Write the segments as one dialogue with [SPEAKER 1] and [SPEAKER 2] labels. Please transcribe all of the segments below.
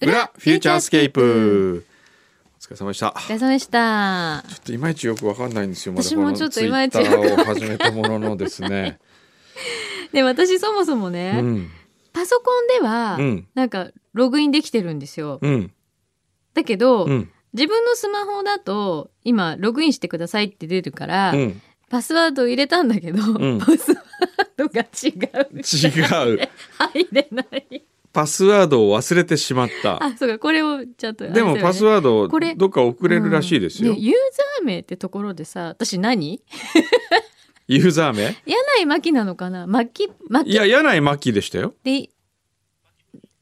[SPEAKER 1] フューチャースケープ。お疲れ様でした。
[SPEAKER 2] お疲れ様でした。
[SPEAKER 1] ちょっといまいちよくわかんないんですよ。まだ
[SPEAKER 2] 私も
[SPEAKER 1] この
[SPEAKER 2] ちょっといまいち
[SPEAKER 1] Twitter を始めたもののです ね。
[SPEAKER 2] で、私そもそも
[SPEAKER 1] う
[SPEAKER 2] ね、
[SPEAKER 1] ん、
[SPEAKER 2] パソコンでは、
[SPEAKER 1] うん、
[SPEAKER 2] なんかログインできてるんですよ。
[SPEAKER 1] うん、
[SPEAKER 2] だけど、
[SPEAKER 1] うん、
[SPEAKER 2] 自分のスマホだと、今、ログインしてくださいって出るから、
[SPEAKER 1] うん、
[SPEAKER 2] パスワードを入れたんだけど、
[SPEAKER 1] ん
[SPEAKER 2] パスワードが違う。
[SPEAKER 1] 違う。
[SPEAKER 2] 入れない。
[SPEAKER 1] パスワードを忘れてしまった。
[SPEAKER 2] あ、そうか、これをちゃんと、
[SPEAKER 1] でもパス
[SPEAKER 2] ー
[SPEAKER 1] ワードを
[SPEAKER 2] これ
[SPEAKER 1] どっか送れるらしいですよ。
[SPEAKER 2] ユーザー名ってところでさ、私何
[SPEAKER 1] ユーザー名。
[SPEAKER 2] 柳井真紀なのかな真紀、真紀
[SPEAKER 1] いや、柳井真紀でしたよ。
[SPEAKER 2] で、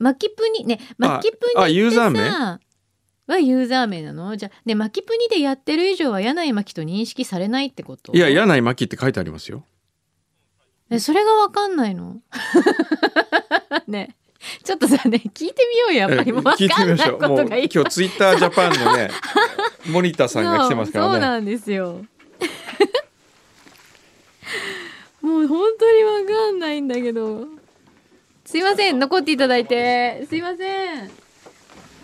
[SPEAKER 2] マキプニね、マキプニって
[SPEAKER 1] あ
[SPEAKER 2] さ
[SPEAKER 1] あユーザー名
[SPEAKER 2] はユーザー名なのじゃあねマキプニでやってる以上は柳井真紀と認識されないってこと
[SPEAKER 1] いや、柳井真紀って書いてありますよ。
[SPEAKER 2] えそれがわかんないの ねちょっとさね聞いてみようよやっぱりもうわ
[SPEAKER 1] 聞いて
[SPEAKER 2] か
[SPEAKER 1] みま
[SPEAKER 2] んな
[SPEAKER 1] し
[SPEAKER 2] い
[SPEAKER 1] ょう。
[SPEAKER 2] こ
[SPEAKER 1] もう
[SPEAKER 2] とが
[SPEAKER 1] 今
[SPEAKER 2] い
[SPEAKER 1] 日ツイッタージャパンの ね、モニターさんが来てますから
[SPEAKER 2] そう
[SPEAKER 1] ね。
[SPEAKER 2] そうなんですよ もう本当にわかんないんだけどすいません残っていただいてすいません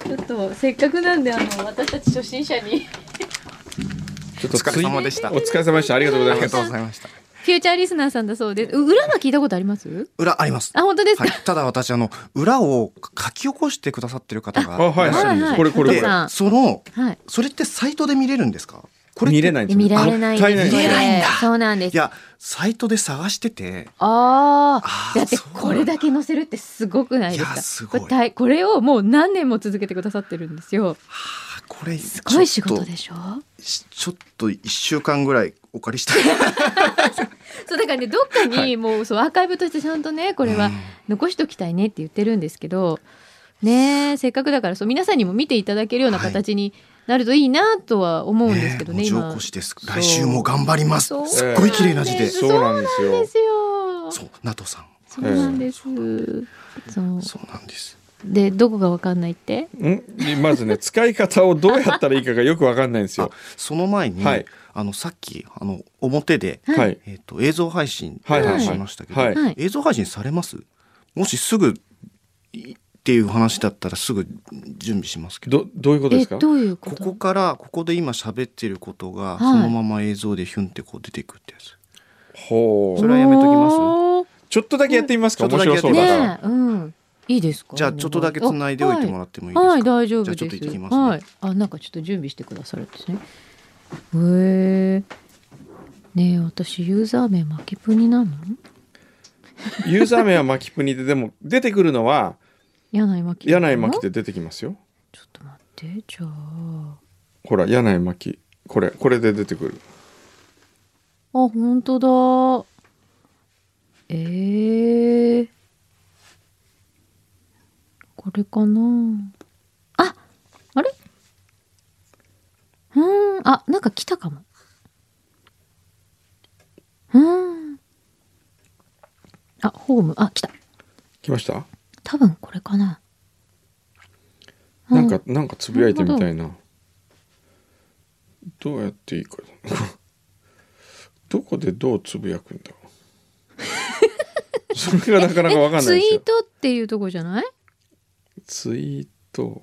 [SPEAKER 2] ちょっとせっかくなんであの私たち初心者に
[SPEAKER 1] ちょっ
[SPEAKER 3] お疲れ様でした
[SPEAKER 1] お疲れ様でした。ありがとうござ
[SPEAKER 3] あ
[SPEAKER 1] い
[SPEAKER 3] り
[SPEAKER 1] ま
[SPEAKER 3] が
[SPEAKER 1] す
[SPEAKER 3] とう。ございました。
[SPEAKER 2] フューチャーリスナーさんだそうですう裏は聞いたことあります
[SPEAKER 3] 裏あります。
[SPEAKER 2] あ本当ですか、
[SPEAKER 3] はい。ただ私あの裏を書き起こしてくださってる方が
[SPEAKER 1] あはい
[SPEAKER 3] いらっしゃるんですよ。
[SPEAKER 1] これこれ
[SPEAKER 2] 佐藤さん
[SPEAKER 3] でその
[SPEAKER 2] はい
[SPEAKER 3] それってサイトで見れるんですか？これって
[SPEAKER 1] 見れないんですよ
[SPEAKER 2] 見られないんですよ
[SPEAKER 1] あ
[SPEAKER 3] 見れないんだ
[SPEAKER 2] そうなんです
[SPEAKER 3] いやサイトで探してて
[SPEAKER 2] あ
[SPEAKER 3] あ
[SPEAKER 2] あ
[SPEAKER 3] ー
[SPEAKER 2] だって
[SPEAKER 3] そうなんだ
[SPEAKER 2] これだけ載せるってすごくないですか
[SPEAKER 3] いやすごい
[SPEAKER 2] これ大これをもう何年も続けてくださってるんですよ
[SPEAKER 3] あこれす
[SPEAKER 2] すごい仕事でしょ
[SPEAKER 3] しちょっと一週間ぐらいお借りしたい。
[SPEAKER 2] そうだからねどっかにもうそうアーカイブとしてちゃんとね これは残しときたいねって言ってるんですけどねえせっかくだからそう皆さんにも見ていただけるような
[SPEAKER 3] はい
[SPEAKER 2] 形になるといいなとは思うんですけどね
[SPEAKER 3] ねえ文字
[SPEAKER 2] 今
[SPEAKER 3] 起こしです。
[SPEAKER 2] そう
[SPEAKER 3] 来週も頑張ります。す
[SPEAKER 2] そう
[SPEAKER 3] っごい綺麗な字で。
[SPEAKER 2] そ
[SPEAKER 3] そう
[SPEAKER 1] そうなんです
[SPEAKER 2] そう
[SPEAKER 1] よ
[SPEAKER 2] で。すよ
[SPEAKER 3] うナトさん。
[SPEAKER 2] そうなんです、そう
[SPEAKER 3] そうなんです。
[SPEAKER 2] でどこがわかんないって
[SPEAKER 1] んでまずね、使い方をどうやったらいいかがよくわかんないんです
[SPEAKER 3] あ
[SPEAKER 1] よ。
[SPEAKER 3] その前に、
[SPEAKER 1] はい
[SPEAKER 3] あのさっきあの表で、
[SPEAKER 2] はい
[SPEAKER 1] はい。
[SPEAKER 3] えっ、と映像配信
[SPEAKER 1] はい
[SPEAKER 2] はいはい
[SPEAKER 3] しましたけど、
[SPEAKER 1] はい
[SPEAKER 2] はい
[SPEAKER 3] 映像配信されます？もしすぐいっていう話だったらすぐ準備しますけど。
[SPEAKER 1] ど、どういうことで
[SPEAKER 2] え
[SPEAKER 1] すか
[SPEAKER 2] どういうこ
[SPEAKER 3] ことこからここで今喋ってることが、
[SPEAKER 2] い
[SPEAKER 3] そのまま映像でヒュンってこう出ていくってやつ。
[SPEAKER 1] ほ。
[SPEAKER 3] そうれはやめときます
[SPEAKER 2] おー
[SPEAKER 1] ちょっとだけやってみますか
[SPEAKER 3] うんちょ
[SPEAKER 1] 面
[SPEAKER 3] っとだけ
[SPEAKER 1] 白
[SPEAKER 3] やって
[SPEAKER 1] そう
[SPEAKER 3] み
[SPEAKER 1] だから。
[SPEAKER 2] ねえう
[SPEAKER 3] ます
[SPEAKER 2] んいいですか
[SPEAKER 3] じゃあちょっとだけ繋いでおいてもらってもいいですか？
[SPEAKER 2] はい、大丈夫です。
[SPEAKER 3] じゃあちょっと行ってきますね
[SPEAKER 2] はい、あ、なんかちょっと準備してくださるんですね。へえ。ねえ、私ユーザー名マキプニなの。
[SPEAKER 1] ユーザー名はマキプニで、でも出てくるの は、
[SPEAKER 2] 柳井マキ。
[SPEAKER 1] 柳井真紀で出てきますよ。
[SPEAKER 2] ちょっと待って、じゃあ。
[SPEAKER 1] ほら、柳井真紀。これ、これで出てくる。
[SPEAKER 2] あ、本当だ。ええこれかな。あ、あれ。うーん、あ、なんか来たかも。うーん。あ、ホーム、あ、来た。
[SPEAKER 1] 来ました
[SPEAKER 2] 多分これかな。
[SPEAKER 1] なんか、なんかつぶやいてみたいな。どうやっていいかな。 どこでどうつぶやくんだろう。それがなかなかわかんない
[SPEAKER 2] ツ
[SPEAKER 1] です
[SPEAKER 2] イー
[SPEAKER 1] よ。
[SPEAKER 2] トっていうとこじゃない。
[SPEAKER 1] ツイート。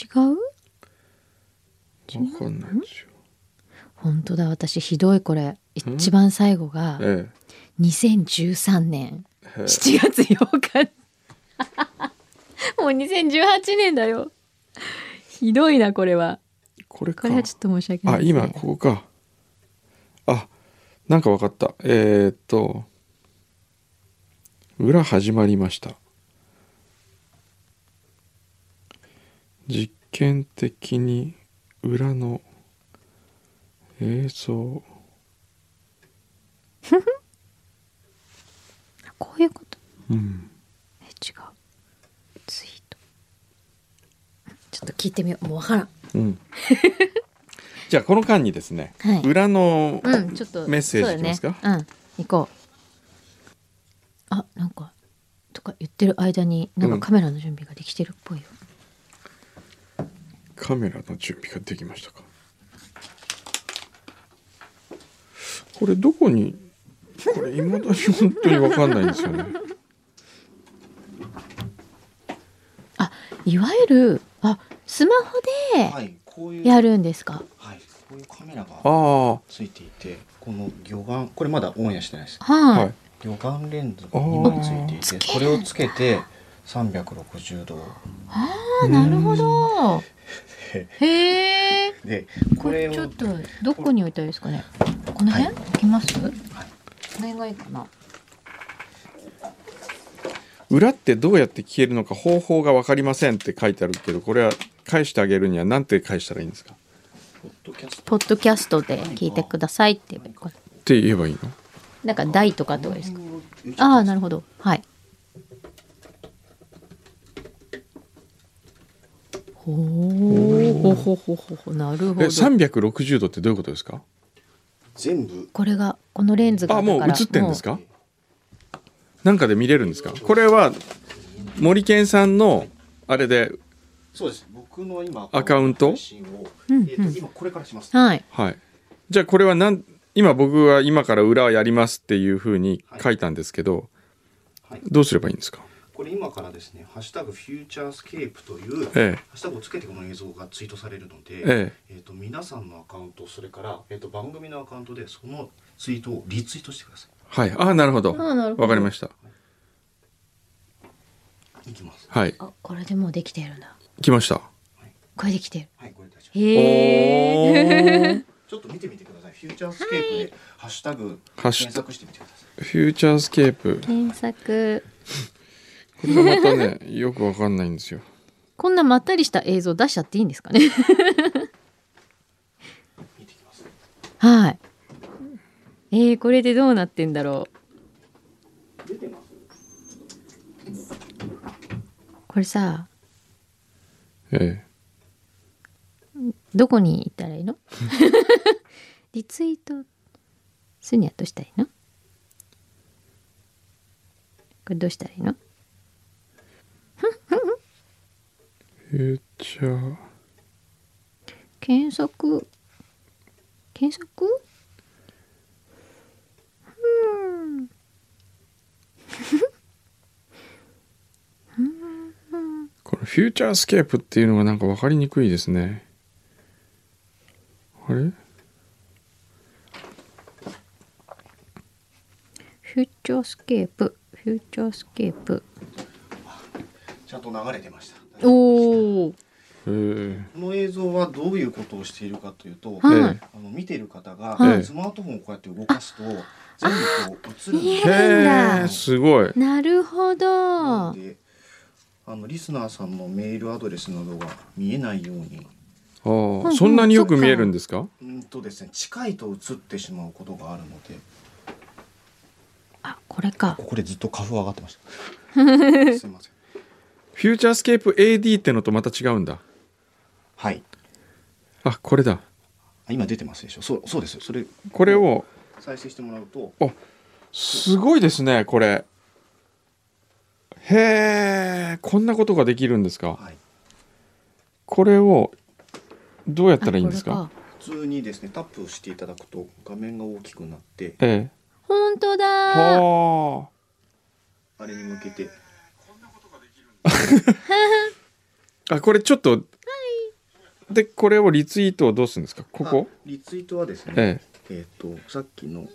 [SPEAKER 2] 違う。
[SPEAKER 1] わかんないですよ。
[SPEAKER 2] 本当だ、私ひどいこれ。一番最後が。
[SPEAKER 1] え
[SPEAKER 2] 2013年
[SPEAKER 1] え。ええ
[SPEAKER 2] 7月8日 もう2018年だよひどいなこれは
[SPEAKER 1] これ
[SPEAKER 2] こ
[SPEAKER 1] か
[SPEAKER 2] れ。はちょっと申し訳な
[SPEAKER 1] あ、
[SPEAKER 2] いですね
[SPEAKER 1] 今ここか。あ、なんかわかった。えー、っと。裏始まりました。実験的に裏の映像。
[SPEAKER 2] こういうこと
[SPEAKER 1] うん。
[SPEAKER 2] え違うツイートちょっと聞いてみようもうわからん
[SPEAKER 1] うん。 じゃあこの間にですね、
[SPEAKER 2] はい
[SPEAKER 1] 裏の
[SPEAKER 2] うんちょっと
[SPEAKER 1] メッセージいきます
[SPEAKER 2] そう
[SPEAKER 1] か。
[SPEAKER 2] だねうん行こうあなんかとか言ってる間になんかカメラの準備ができてるっぽいよ、
[SPEAKER 1] カメラの準備ができましたかこれどこにこれいまだに本当に分かんないんですよね
[SPEAKER 2] あいわゆるあスマホ
[SPEAKER 3] い、こうい
[SPEAKER 2] でやるんですか。
[SPEAKER 3] はい、こういうカメラが
[SPEAKER 1] あ
[SPEAKER 3] ついていて、この魚眼、これまだオンエアしてないです。
[SPEAKER 1] あ
[SPEAKER 2] はい。
[SPEAKER 1] はい
[SPEAKER 3] 魚眼レンズが2枚ついていて、これをつけて360度
[SPEAKER 2] ああなるほど。
[SPEAKER 3] で
[SPEAKER 2] へえ。
[SPEAKER 3] で、こ
[SPEAKER 2] こ
[SPEAKER 3] れ
[SPEAKER 2] れ
[SPEAKER 3] を
[SPEAKER 2] ちょっとどこに置いたらいいですかね。この辺、置きます？こ
[SPEAKER 3] はい
[SPEAKER 2] の辺がいいかな。
[SPEAKER 1] 裏ってどうやって消えるのか方法が分かりませんって書いてあるけどこれは返してあげるには何て返したらいいんですか
[SPEAKER 3] ポッドキャスト
[SPEAKER 2] ポッドキャストで聞いてくださいっていうこれ
[SPEAKER 1] って言えばいいの
[SPEAKER 2] なんか台とかどうですか。ああなるほど。はい。ほーほほほほほなるほ
[SPEAKER 1] え
[SPEAKER 2] ど。
[SPEAKER 1] 360度ってどういうことですか
[SPEAKER 3] 全部
[SPEAKER 2] これがこのレンズが
[SPEAKER 1] あもう
[SPEAKER 2] だから
[SPEAKER 1] 映ってんです
[SPEAKER 2] も
[SPEAKER 1] かなんかで見れるんですかこれは森健さんのあれで
[SPEAKER 3] そうです僕の今
[SPEAKER 1] アカウント
[SPEAKER 3] 配信を
[SPEAKER 2] うんうん
[SPEAKER 3] えーと今これからします
[SPEAKER 2] うはい。
[SPEAKER 1] はいじゃあこれはなん今僕は今から裏をやりますっていうふうに書いたんですけど、
[SPEAKER 3] はい
[SPEAKER 1] どうすればいいんですか
[SPEAKER 3] これ今からですね「ハッシュタグフューチャースケープ」という、
[SPEAKER 1] ええ
[SPEAKER 3] ハッシュタグをつけてこの映像がツイートされるので、
[SPEAKER 1] え
[SPEAKER 3] ーと皆さんのアカウントそれから、えー、と番組のアカウントでそのツイートをリツイートしてくださ
[SPEAKER 1] はいああなるほど
[SPEAKER 2] あなるほど
[SPEAKER 1] わかりました
[SPEAKER 3] いいきます
[SPEAKER 1] はい
[SPEAKER 2] あこれでもうできてるんだ。
[SPEAKER 1] 来ました
[SPEAKER 2] これできてる。
[SPEAKER 3] はいこれで大丈夫です
[SPEAKER 2] へえ。
[SPEAKER 3] ちょっと見てみてくださいフューチャースケープで、ハッシュタグ
[SPEAKER 1] ハッシュ
[SPEAKER 3] 検
[SPEAKER 1] タ
[SPEAKER 3] 索してみてください
[SPEAKER 1] フューチャースケープ
[SPEAKER 2] 検索
[SPEAKER 1] これがまたね よくわかんないんですよ
[SPEAKER 2] こんなまったりした映像出しちゃっていいんですかね
[SPEAKER 3] 見てきます
[SPEAKER 2] はいえー、これでどうなってんだろう
[SPEAKER 3] 出てます
[SPEAKER 2] これさ
[SPEAKER 1] え
[SPEAKER 2] どこに行ったらいいのリツイートするにはどうしたらいいのこれどうしたらいいの
[SPEAKER 1] えフューチャー
[SPEAKER 2] 検索検索
[SPEAKER 1] このフューチャースケープっていうのがなんかわかりにくいですねあれ
[SPEAKER 2] フューチャースケープフューチャースケープ
[SPEAKER 3] ちゃんと流れてました
[SPEAKER 2] おお
[SPEAKER 1] えー
[SPEAKER 3] この映像はどういうことをしているかというと、
[SPEAKER 2] はい
[SPEAKER 1] え
[SPEAKER 3] あの見ている方が、
[SPEAKER 1] はい
[SPEAKER 3] スマートフォンをこうやって動かすと全部こう映るん
[SPEAKER 2] 見え
[SPEAKER 1] え
[SPEAKER 2] るん
[SPEAKER 1] へ
[SPEAKER 2] だ
[SPEAKER 1] ーすごい
[SPEAKER 2] なるほど
[SPEAKER 3] であのリスナーさんのメールアドレスなどが見えないように
[SPEAKER 1] あー
[SPEAKER 2] ん
[SPEAKER 1] そんなによく見えるんですか
[SPEAKER 3] うんとですね近いと映ってしまうことがあるので
[SPEAKER 2] あこれか
[SPEAKER 3] ここでずっと花粉上がってました すいません
[SPEAKER 1] フューチャースケープ AD ってのとまた違うんだ
[SPEAKER 3] はい
[SPEAKER 1] あこれだ
[SPEAKER 3] あ今出てますでしょそうそうですそれ
[SPEAKER 1] これを
[SPEAKER 3] 再生してもらうと
[SPEAKER 1] あすごいですねこれへえこんなことができるんですか
[SPEAKER 3] はい
[SPEAKER 1] これをどうやったらいいんですか
[SPEAKER 2] あこれ
[SPEAKER 3] 普通にですねタップしていただくと画面が大きくなって
[SPEAKER 1] ええ
[SPEAKER 2] 本当だー
[SPEAKER 1] は
[SPEAKER 3] あれに向けて
[SPEAKER 1] ああこれちょっと、でこれをリツイートをどうするんですかここ
[SPEAKER 3] あリツイートはですね
[SPEAKER 1] え
[SPEAKER 3] えっ、とさっきのこ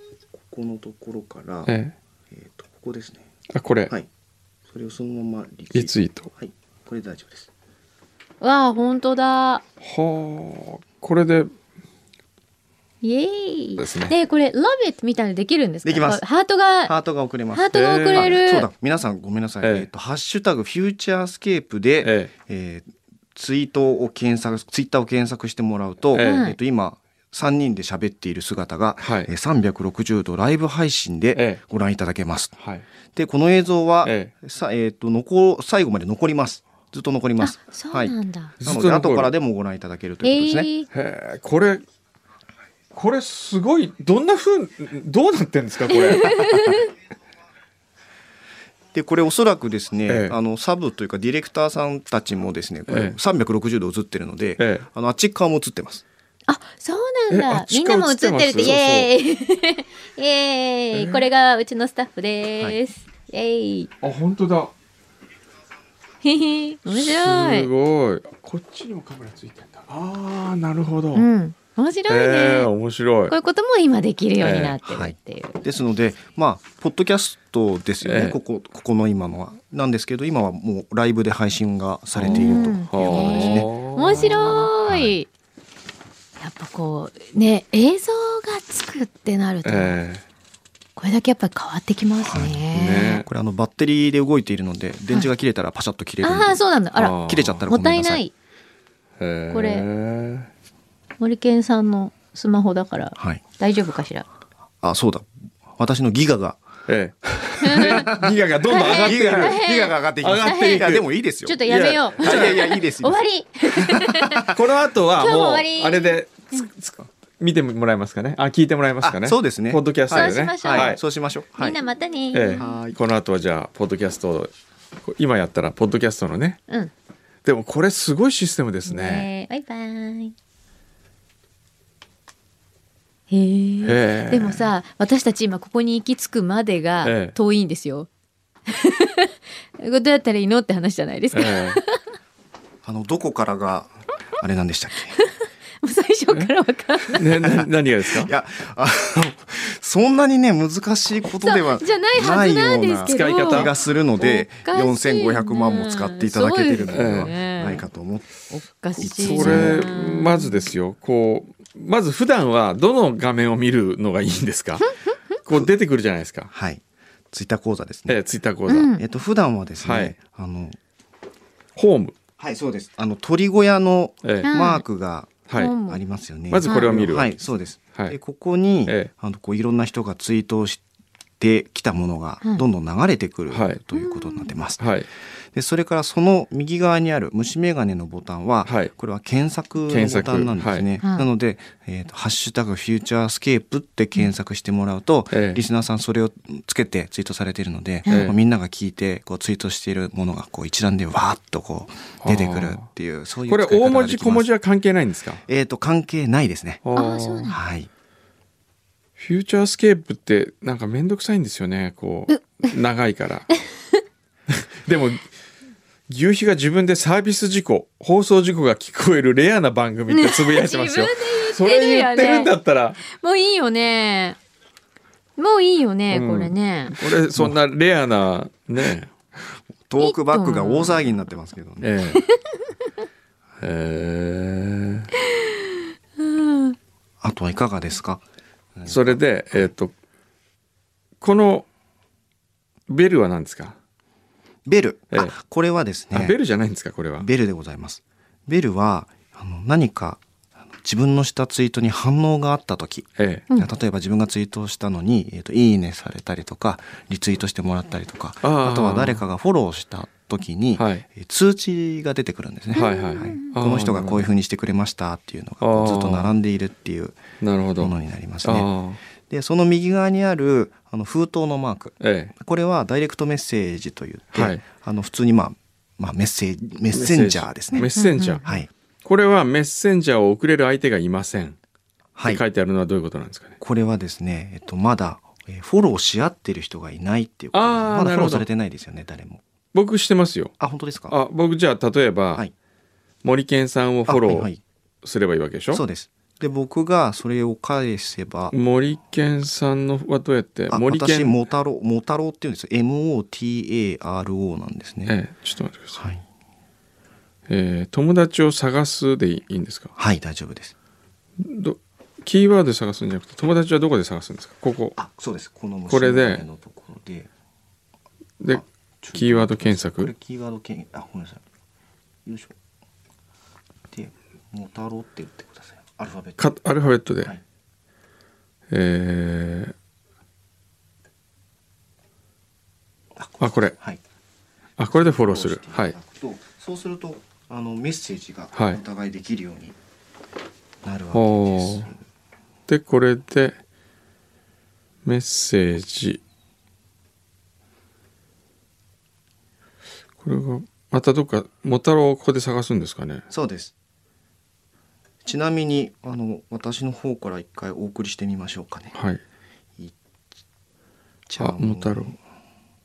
[SPEAKER 3] このところから
[SPEAKER 1] ええ
[SPEAKER 3] えっ、とここですね
[SPEAKER 1] えあこれ、
[SPEAKER 3] はいそれをそのままリツイー
[SPEAKER 1] リ
[SPEAKER 3] ト
[SPEAKER 1] ツイート
[SPEAKER 3] はいこれで大丈夫です
[SPEAKER 2] わあ本当だ
[SPEAKER 1] はあこれで
[SPEAKER 2] イエーイ
[SPEAKER 1] ですね
[SPEAKER 2] これ「Love It」みたいなのできるんですか
[SPEAKER 3] できま
[SPEAKER 2] こ
[SPEAKER 3] す
[SPEAKER 2] うハートが
[SPEAKER 3] ハートが送れます
[SPEAKER 2] ハートが送れる、
[SPEAKER 3] あそうだ皆さんごめんなさい、
[SPEAKER 1] え
[SPEAKER 3] え
[SPEAKER 1] え
[SPEAKER 3] っとハッシュタグフューチャースケープで、え
[SPEAKER 1] え
[SPEAKER 3] ーツイートを検索ツイッターを検索してもらうと,、
[SPEAKER 1] え
[SPEAKER 3] え
[SPEAKER 1] え
[SPEAKER 3] っと今3人で喋っている姿が、
[SPEAKER 1] はい
[SPEAKER 3] えー360度ライブ配信
[SPEAKER 1] え
[SPEAKER 3] で
[SPEAKER 1] え
[SPEAKER 3] ご覧いただけます
[SPEAKER 1] え。はい
[SPEAKER 3] でこの映像は、
[SPEAKER 1] え
[SPEAKER 3] さえー、と残最後まで残りますずっと残ります。
[SPEAKER 2] あそうなんだ、
[SPEAKER 1] ず
[SPEAKER 3] な
[SPEAKER 1] っ
[SPEAKER 3] の
[SPEAKER 1] と
[SPEAKER 3] で
[SPEAKER 1] 残
[SPEAKER 3] 後
[SPEAKER 1] る
[SPEAKER 3] からでもご覧いただけると
[SPEAKER 2] え
[SPEAKER 3] いうことですね。
[SPEAKER 2] ー
[SPEAKER 1] へえこれこれすごいどんなふうどうなってんですかこ れ
[SPEAKER 3] でこれおそらくですね、
[SPEAKER 1] ええ
[SPEAKER 3] あのサブというかディレクターさんたちもですね、こ
[SPEAKER 1] え
[SPEAKER 3] れ
[SPEAKER 1] え
[SPEAKER 3] 360度映ってるので、
[SPEAKER 1] ええ
[SPEAKER 3] あのあっち側も映ってます。
[SPEAKER 2] あそうなん
[SPEAKER 1] えあ
[SPEAKER 2] だ
[SPEAKER 1] っ
[SPEAKER 2] み
[SPEAKER 1] ち
[SPEAKER 2] ん
[SPEAKER 1] か
[SPEAKER 2] な
[SPEAKER 1] ら
[SPEAKER 2] も
[SPEAKER 1] 映
[SPEAKER 2] 映
[SPEAKER 1] っま
[SPEAKER 2] っててる
[SPEAKER 1] す
[SPEAKER 2] イエーイ イエーイこれがうちのスタッフです、イエーイ
[SPEAKER 1] あ本当だ
[SPEAKER 2] へへ 面白
[SPEAKER 1] す
[SPEAKER 2] い。
[SPEAKER 1] ごいこっちにもカメラついてんだあーなるほど、
[SPEAKER 2] うん。面白いね。
[SPEAKER 1] えー、面白い
[SPEAKER 2] こういうことも今できるようになってるっていう。
[SPEAKER 3] ですのでまあポッドキャストですよね、
[SPEAKER 1] ええ
[SPEAKER 3] ここここの今のはなんですけど今はもうライブで配信がされているということですね。
[SPEAKER 2] 面白。
[SPEAKER 3] はい
[SPEAKER 2] やっぱこうね映像がつくってなると、
[SPEAKER 1] え
[SPEAKER 2] これだけやっぱり変わってきますね。
[SPEAKER 1] ね
[SPEAKER 3] これあのバッテリーで動いているので電池が切れたらパシャッと切れるんで
[SPEAKER 2] ああそうなんだ。あら
[SPEAKER 1] あー
[SPEAKER 3] 切れちゃったら
[SPEAKER 2] も
[SPEAKER 3] ご
[SPEAKER 2] った
[SPEAKER 3] めん
[SPEAKER 2] い
[SPEAKER 3] なさ。
[SPEAKER 2] ないい。
[SPEAKER 1] えー
[SPEAKER 2] これ森健さんのスマホだから
[SPEAKER 3] はい。
[SPEAKER 2] 大丈夫かしら。
[SPEAKER 3] あそうだ。私のギガが
[SPEAKER 1] ええ ギガがどんどん上がってい
[SPEAKER 3] ギガが
[SPEAKER 1] る
[SPEAKER 2] 変
[SPEAKER 3] ギガが上がっていきます
[SPEAKER 1] 上がっていく
[SPEAKER 3] いやでもいいですよ。
[SPEAKER 2] ちょっとやめよう。
[SPEAKER 3] いやいやいやいいです
[SPEAKER 2] 終
[SPEAKER 3] よ。
[SPEAKER 2] わり。
[SPEAKER 1] この後は
[SPEAKER 2] 今日も
[SPEAKER 1] もう
[SPEAKER 2] 終わり
[SPEAKER 1] あれでつつ見てもらえますかねあ聞いてもらえますかね
[SPEAKER 3] あそうですね
[SPEAKER 1] ポッドキャスト
[SPEAKER 2] そう
[SPEAKER 1] で
[SPEAKER 2] し
[SPEAKER 1] ね
[SPEAKER 2] ましょう
[SPEAKER 1] は
[SPEAKER 3] はいい。そうしましょう。は
[SPEAKER 2] み
[SPEAKER 3] い
[SPEAKER 2] んな。またね。
[SPEAKER 1] え
[SPEAKER 3] は
[SPEAKER 1] え
[SPEAKER 3] い
[SPEAKER 1] この後はじゃあポッドキャストを今やったらポッドキャストのね
[SPEAKER 2] うん。
[SPEAKER 1] でもこれすごいシステムですね
[SPEAKER 2] ねバイバイ。へえ。
[SPEAKER 1] ええ
[SPEAKER 2] でもさ私たち今ここに行き着くまで
[SPEAKER 1] え
[SPEAKER 2] が
[SPEAKER 1] え
[SPEAKER 2] 遠いんですよ。 どうやったらいいのって話じゃないですか。も
[SPEAKER 1] え
[SPEAKER 3] あのどこからがあれなんでしたっ
[SPEAKER 2] う最初からわかんない。
[SPEAKER 1] えねな何がですか
[SPEAKER 3] け。いやあのそんなにね難しいことでは
[SPEAKER 2] そうじゃないはずなんですけど。
[SPEAKER 1] ないような使い
[SPEAKER 3] 気がするので
[SPEAKER 2] おかしいな
[SPEAKER 3] 4500万も使っていただけてる
[SPEAKER 1] そ
[SPEAKER 3] ので
[SPEAKER 1] う
[SPEAKER 3] は
[SPEAKER 1] です
[SPEAKER 2] ね
[SPEAKER 3] ないかと思って
[SPEAKER 2] おかしいな。
[SPEAKER 1] それまずですよこうまず普段はどの画面を見るのがいいんですかこう出てくるじゃないですか、
[SPEAKER 3] はいツイッター講座です
[SPEAKER 1] え
[SPEAKER 3] ね
[SPEAKER 1] え、ツイッター講座、
[SPEAKER 2] うん
[SPEAKER 3] えっと普段はですね、
[SPEAKER 1] はい
[SPEAKER 3] あの
[SPEAKER 1] ホーム、
[SPEAKER 3] はいそうですあの鳥小屋の
[SPEAKER 1] ええ
[SPEAKER 2] うん
[SPEAKER 3] マークが
[SPEAKER 1] はい、
[SPEAKER 2] うん
[SPEAKER 3] ありますよね、
[SPEAKER 1] まずこれを見る
[SPEAKER 3] はいそうです、
[SPEAKER 1] はい
[SPEAKER 3] でここに、
[SPEAKER 1] ええ
[SPEAKER 3] あのこういろんな人がツイートをしてきたものが
[SPEAKER 2] うん
[SPEAKER 3] どんどん流れてくる、
[SPEAKER 1] はい
[SPEAKER 3] ということになってます、
[SPEAKER 1] はい
[SPEAKER 3] でそれからその右側にある虫眼鏡のボタンは、
[SPEAKER 1] はい
[SPEAKER 3] これは検索の
[SPEAKER 1] 検
[SPEAKER 3] ボ
[SPEAKER 1] 索
[SPEAKER 3] タンなんですね、
[SPEAKER 2] はい
[SPEAKER 3] なので、えーとハッシュタグフューチャースケープ」って検索してもらうと、
[SPEAKER 1] ええ
[SPEAKER 3] リスナーさんそれをつけてツイートされているので、
[SPEAKER 1] ええ
[SPEAKER 3] みんなが聞いてこうツイートしているものがこう一覧でわーっとこう出てくるっていうそういう
[SPEAKER 1] これ
[SPEAKER 3] 使い方
[SPEAKER 1] 大
[SPEAKER 3] が
[SPEAKER 1] 文
[SPEAKER 3] でき
[SPEAKER 1] 字
[SPEAKER 3] ます
[SPEAKER 1] 小文字は関係ないんですか
[SPEAKER 3] えー、と関係ないですね。
[SPEAKER 2] あそうなんだ
[SPEAKER 3] はい、
[SPEAKER 1] フューチャースケープってなんかめんどくさいんですよねこう長いから でも牛皮が自分でサービス事故放送事故が聞こえるレアな番組ってつぶやいてますよ
[SPEAKER 2] 自
[SPEAKER 1] そ
[SPEAKER 2] 分
[SPEAKER 1] れ
[SPEAKER 2] で言
[SPEAKER 1] 言
[SPEAKER 2] っ
[SPEAKER 1] ってて
[SPEAKER 2] るよね
[SPEAKER 1] るんだったら
[SPEAKER 2] もういいよね。もういいよね、
[SPEAKER 1] うん
[SPEAKER 2] これね。
[SPEAKER 1] 俺そんなレアなね
[SPEAKER 3] トークバックが大騒ぎになってますけどね。
[SPEAKER 1] え えへ
[SPEAKER 3] あとはいかがですか。
[SPEAKER 1] えそれでえっ、とこのベルは何ですか、
[SPEAKER 3] ベル、
[SPEAKER 1] ええ
[SPEAKER 3] あこれはですね
[SPEAKER 1] あベルじゃないんですかこれは
[SPEAKER 3] ベルでございます。ベルはあの何かあの自分のしたツイートに反応があった時、
[SPEAKER 1] ええ
[SPEAKER 2] うん
[SPEAKER 3] 例えば自分がツイートしたのに、えー、といいねされたりとかリツイートしてもらったりとか
[SPEAKER 1] あ
[SPEAKER 3] あ
[SPEAKER 1] ー
[SPEAKER 3] とは誰かがフォローした時に、
[SPEAKER 1] はい
[SPEAKER 3] えー通知が出てくるんですね。
[SPEAKER 1] はいはいはいあー
[SPEAKER 3] この人がこういうふうにしてくれましたっていうのがこうずっと並んでいるっていう
[SPEAKER 1] なるほど
[SPEAKER 3] ものになりますね。
[SPEAKER 1] あ
[SPEAKER 3] でその右側にあるあの封筒のマーク
[SPEAKER 1] あええ
[SPEAKER 3] これはダイレクトメッセージといって、
[SPEAKER 1] はい
[SPEAKER 3] あの普通に、まあ、まあメッセージメッセンジャーです
[SPEAKER 1] メッ
[SPEAKER 3] ね。
[SPEAKER 1] センジャー、
[SPEAKER 3] はい、
[SPEAKER 1] これはメッセンジャーを送れる相手がいません、
[SPEAKER 3] は
[SPEAKER 1] っ
[SPEAKER 3] い
[SPEAKER 1] て書、いてあるのはどういうことなんですかね
[SPEAKER 3] これはですね、えっと、まだえーフォローし合ってる人がいないっていうことです
[SPEAKER 1] あ
[SPEAKER 3] ね
[SPEAKER 1] ー
[SPEAKER 3] まだ
[SPEAKER 1] なる
[SPEAKER 3] フォロ
[SPEAKER 1] ほど
[SPEAKER 3] ーされてないですよね誰も。
[SPEAKER 1] 僕してますよ
[SPEAKER 3] あ本当ですか
[SPEAKER 1] あ僕じゃあ例えば、
[SPEAKER 3] はい
[SPEAKER 1] 森健さんをフォロ
[SPEAKER 3] あはいは
[SPEAKER 1] ー
[SPEAKER 3] い
[SPEAKER 1] すればいいわけでしょ、
[SPEAKER 3] そうですで僕がそれを返せば
[SPEAKER 1] 森健さんのはどうやって
[SPEAKER 3] あ
[SPEAKER 1] 森
[SPEAKER 3] 私
[SPEAKER 1] 健
[SPEAKER 3] モタロモタロっていうんですよ MOTARO なんですね。
[SPEAKER 1] ええちょっと待ってください、
[SPEAKER 3] はい、
[SPEAKER 1] えー友達を探すでいいんですか
[SPEAKER 3] はい、大丈夫です。
[SPEAKER 1] どキーワードで探すんじゃなくて友達はどこで探すんですかここ
[SPEAKER 3] あそうですこの
[SPEAKER 1] これで
[SPEAKER 3] 虫眼鏡のところで
[SPEAKER 1] で
[SPEAKER 3] あちょ
[SPEAKER 1] キーワード検
[SPEAKER 3] これ
[SPEAKER 1] 索
[SPEAKER 3] キーワード検あごめんなさいよいしょで「モタロ」って打ってくださいアルファベット
[SPEAKER 1] かアルファベットで、
[SPEAKER 3] はい
[SPEAKER 1] えーあこれ
[SPEAKER 3] はい
[SPEAKER 1] あこれでフォローする
[SPEAKER 3] フォ
[SPEAKER 1] は
[SPEAKER 3] ローし
[SPEAKER 1] い
[SPEAKER 3] てただくとそうするとあのメッセージが
[SPEAKER 1] はい
[SPEAKER 3] お互いできるようになるわけで
[SPEAKER 1] ほ
[SPEAKER 3] す、
[SPEAKER 1] うでこれでメッセージこれがまたどっか「もたろう」をここで探すんですかね
[SPEAKER 3] そうですちなみにあの私の方から一回お送りしてみましょうかね
[SPEAKER 1] はい
[SPEAKER 3] じ
[SPEAKER 1] あ「もたろう」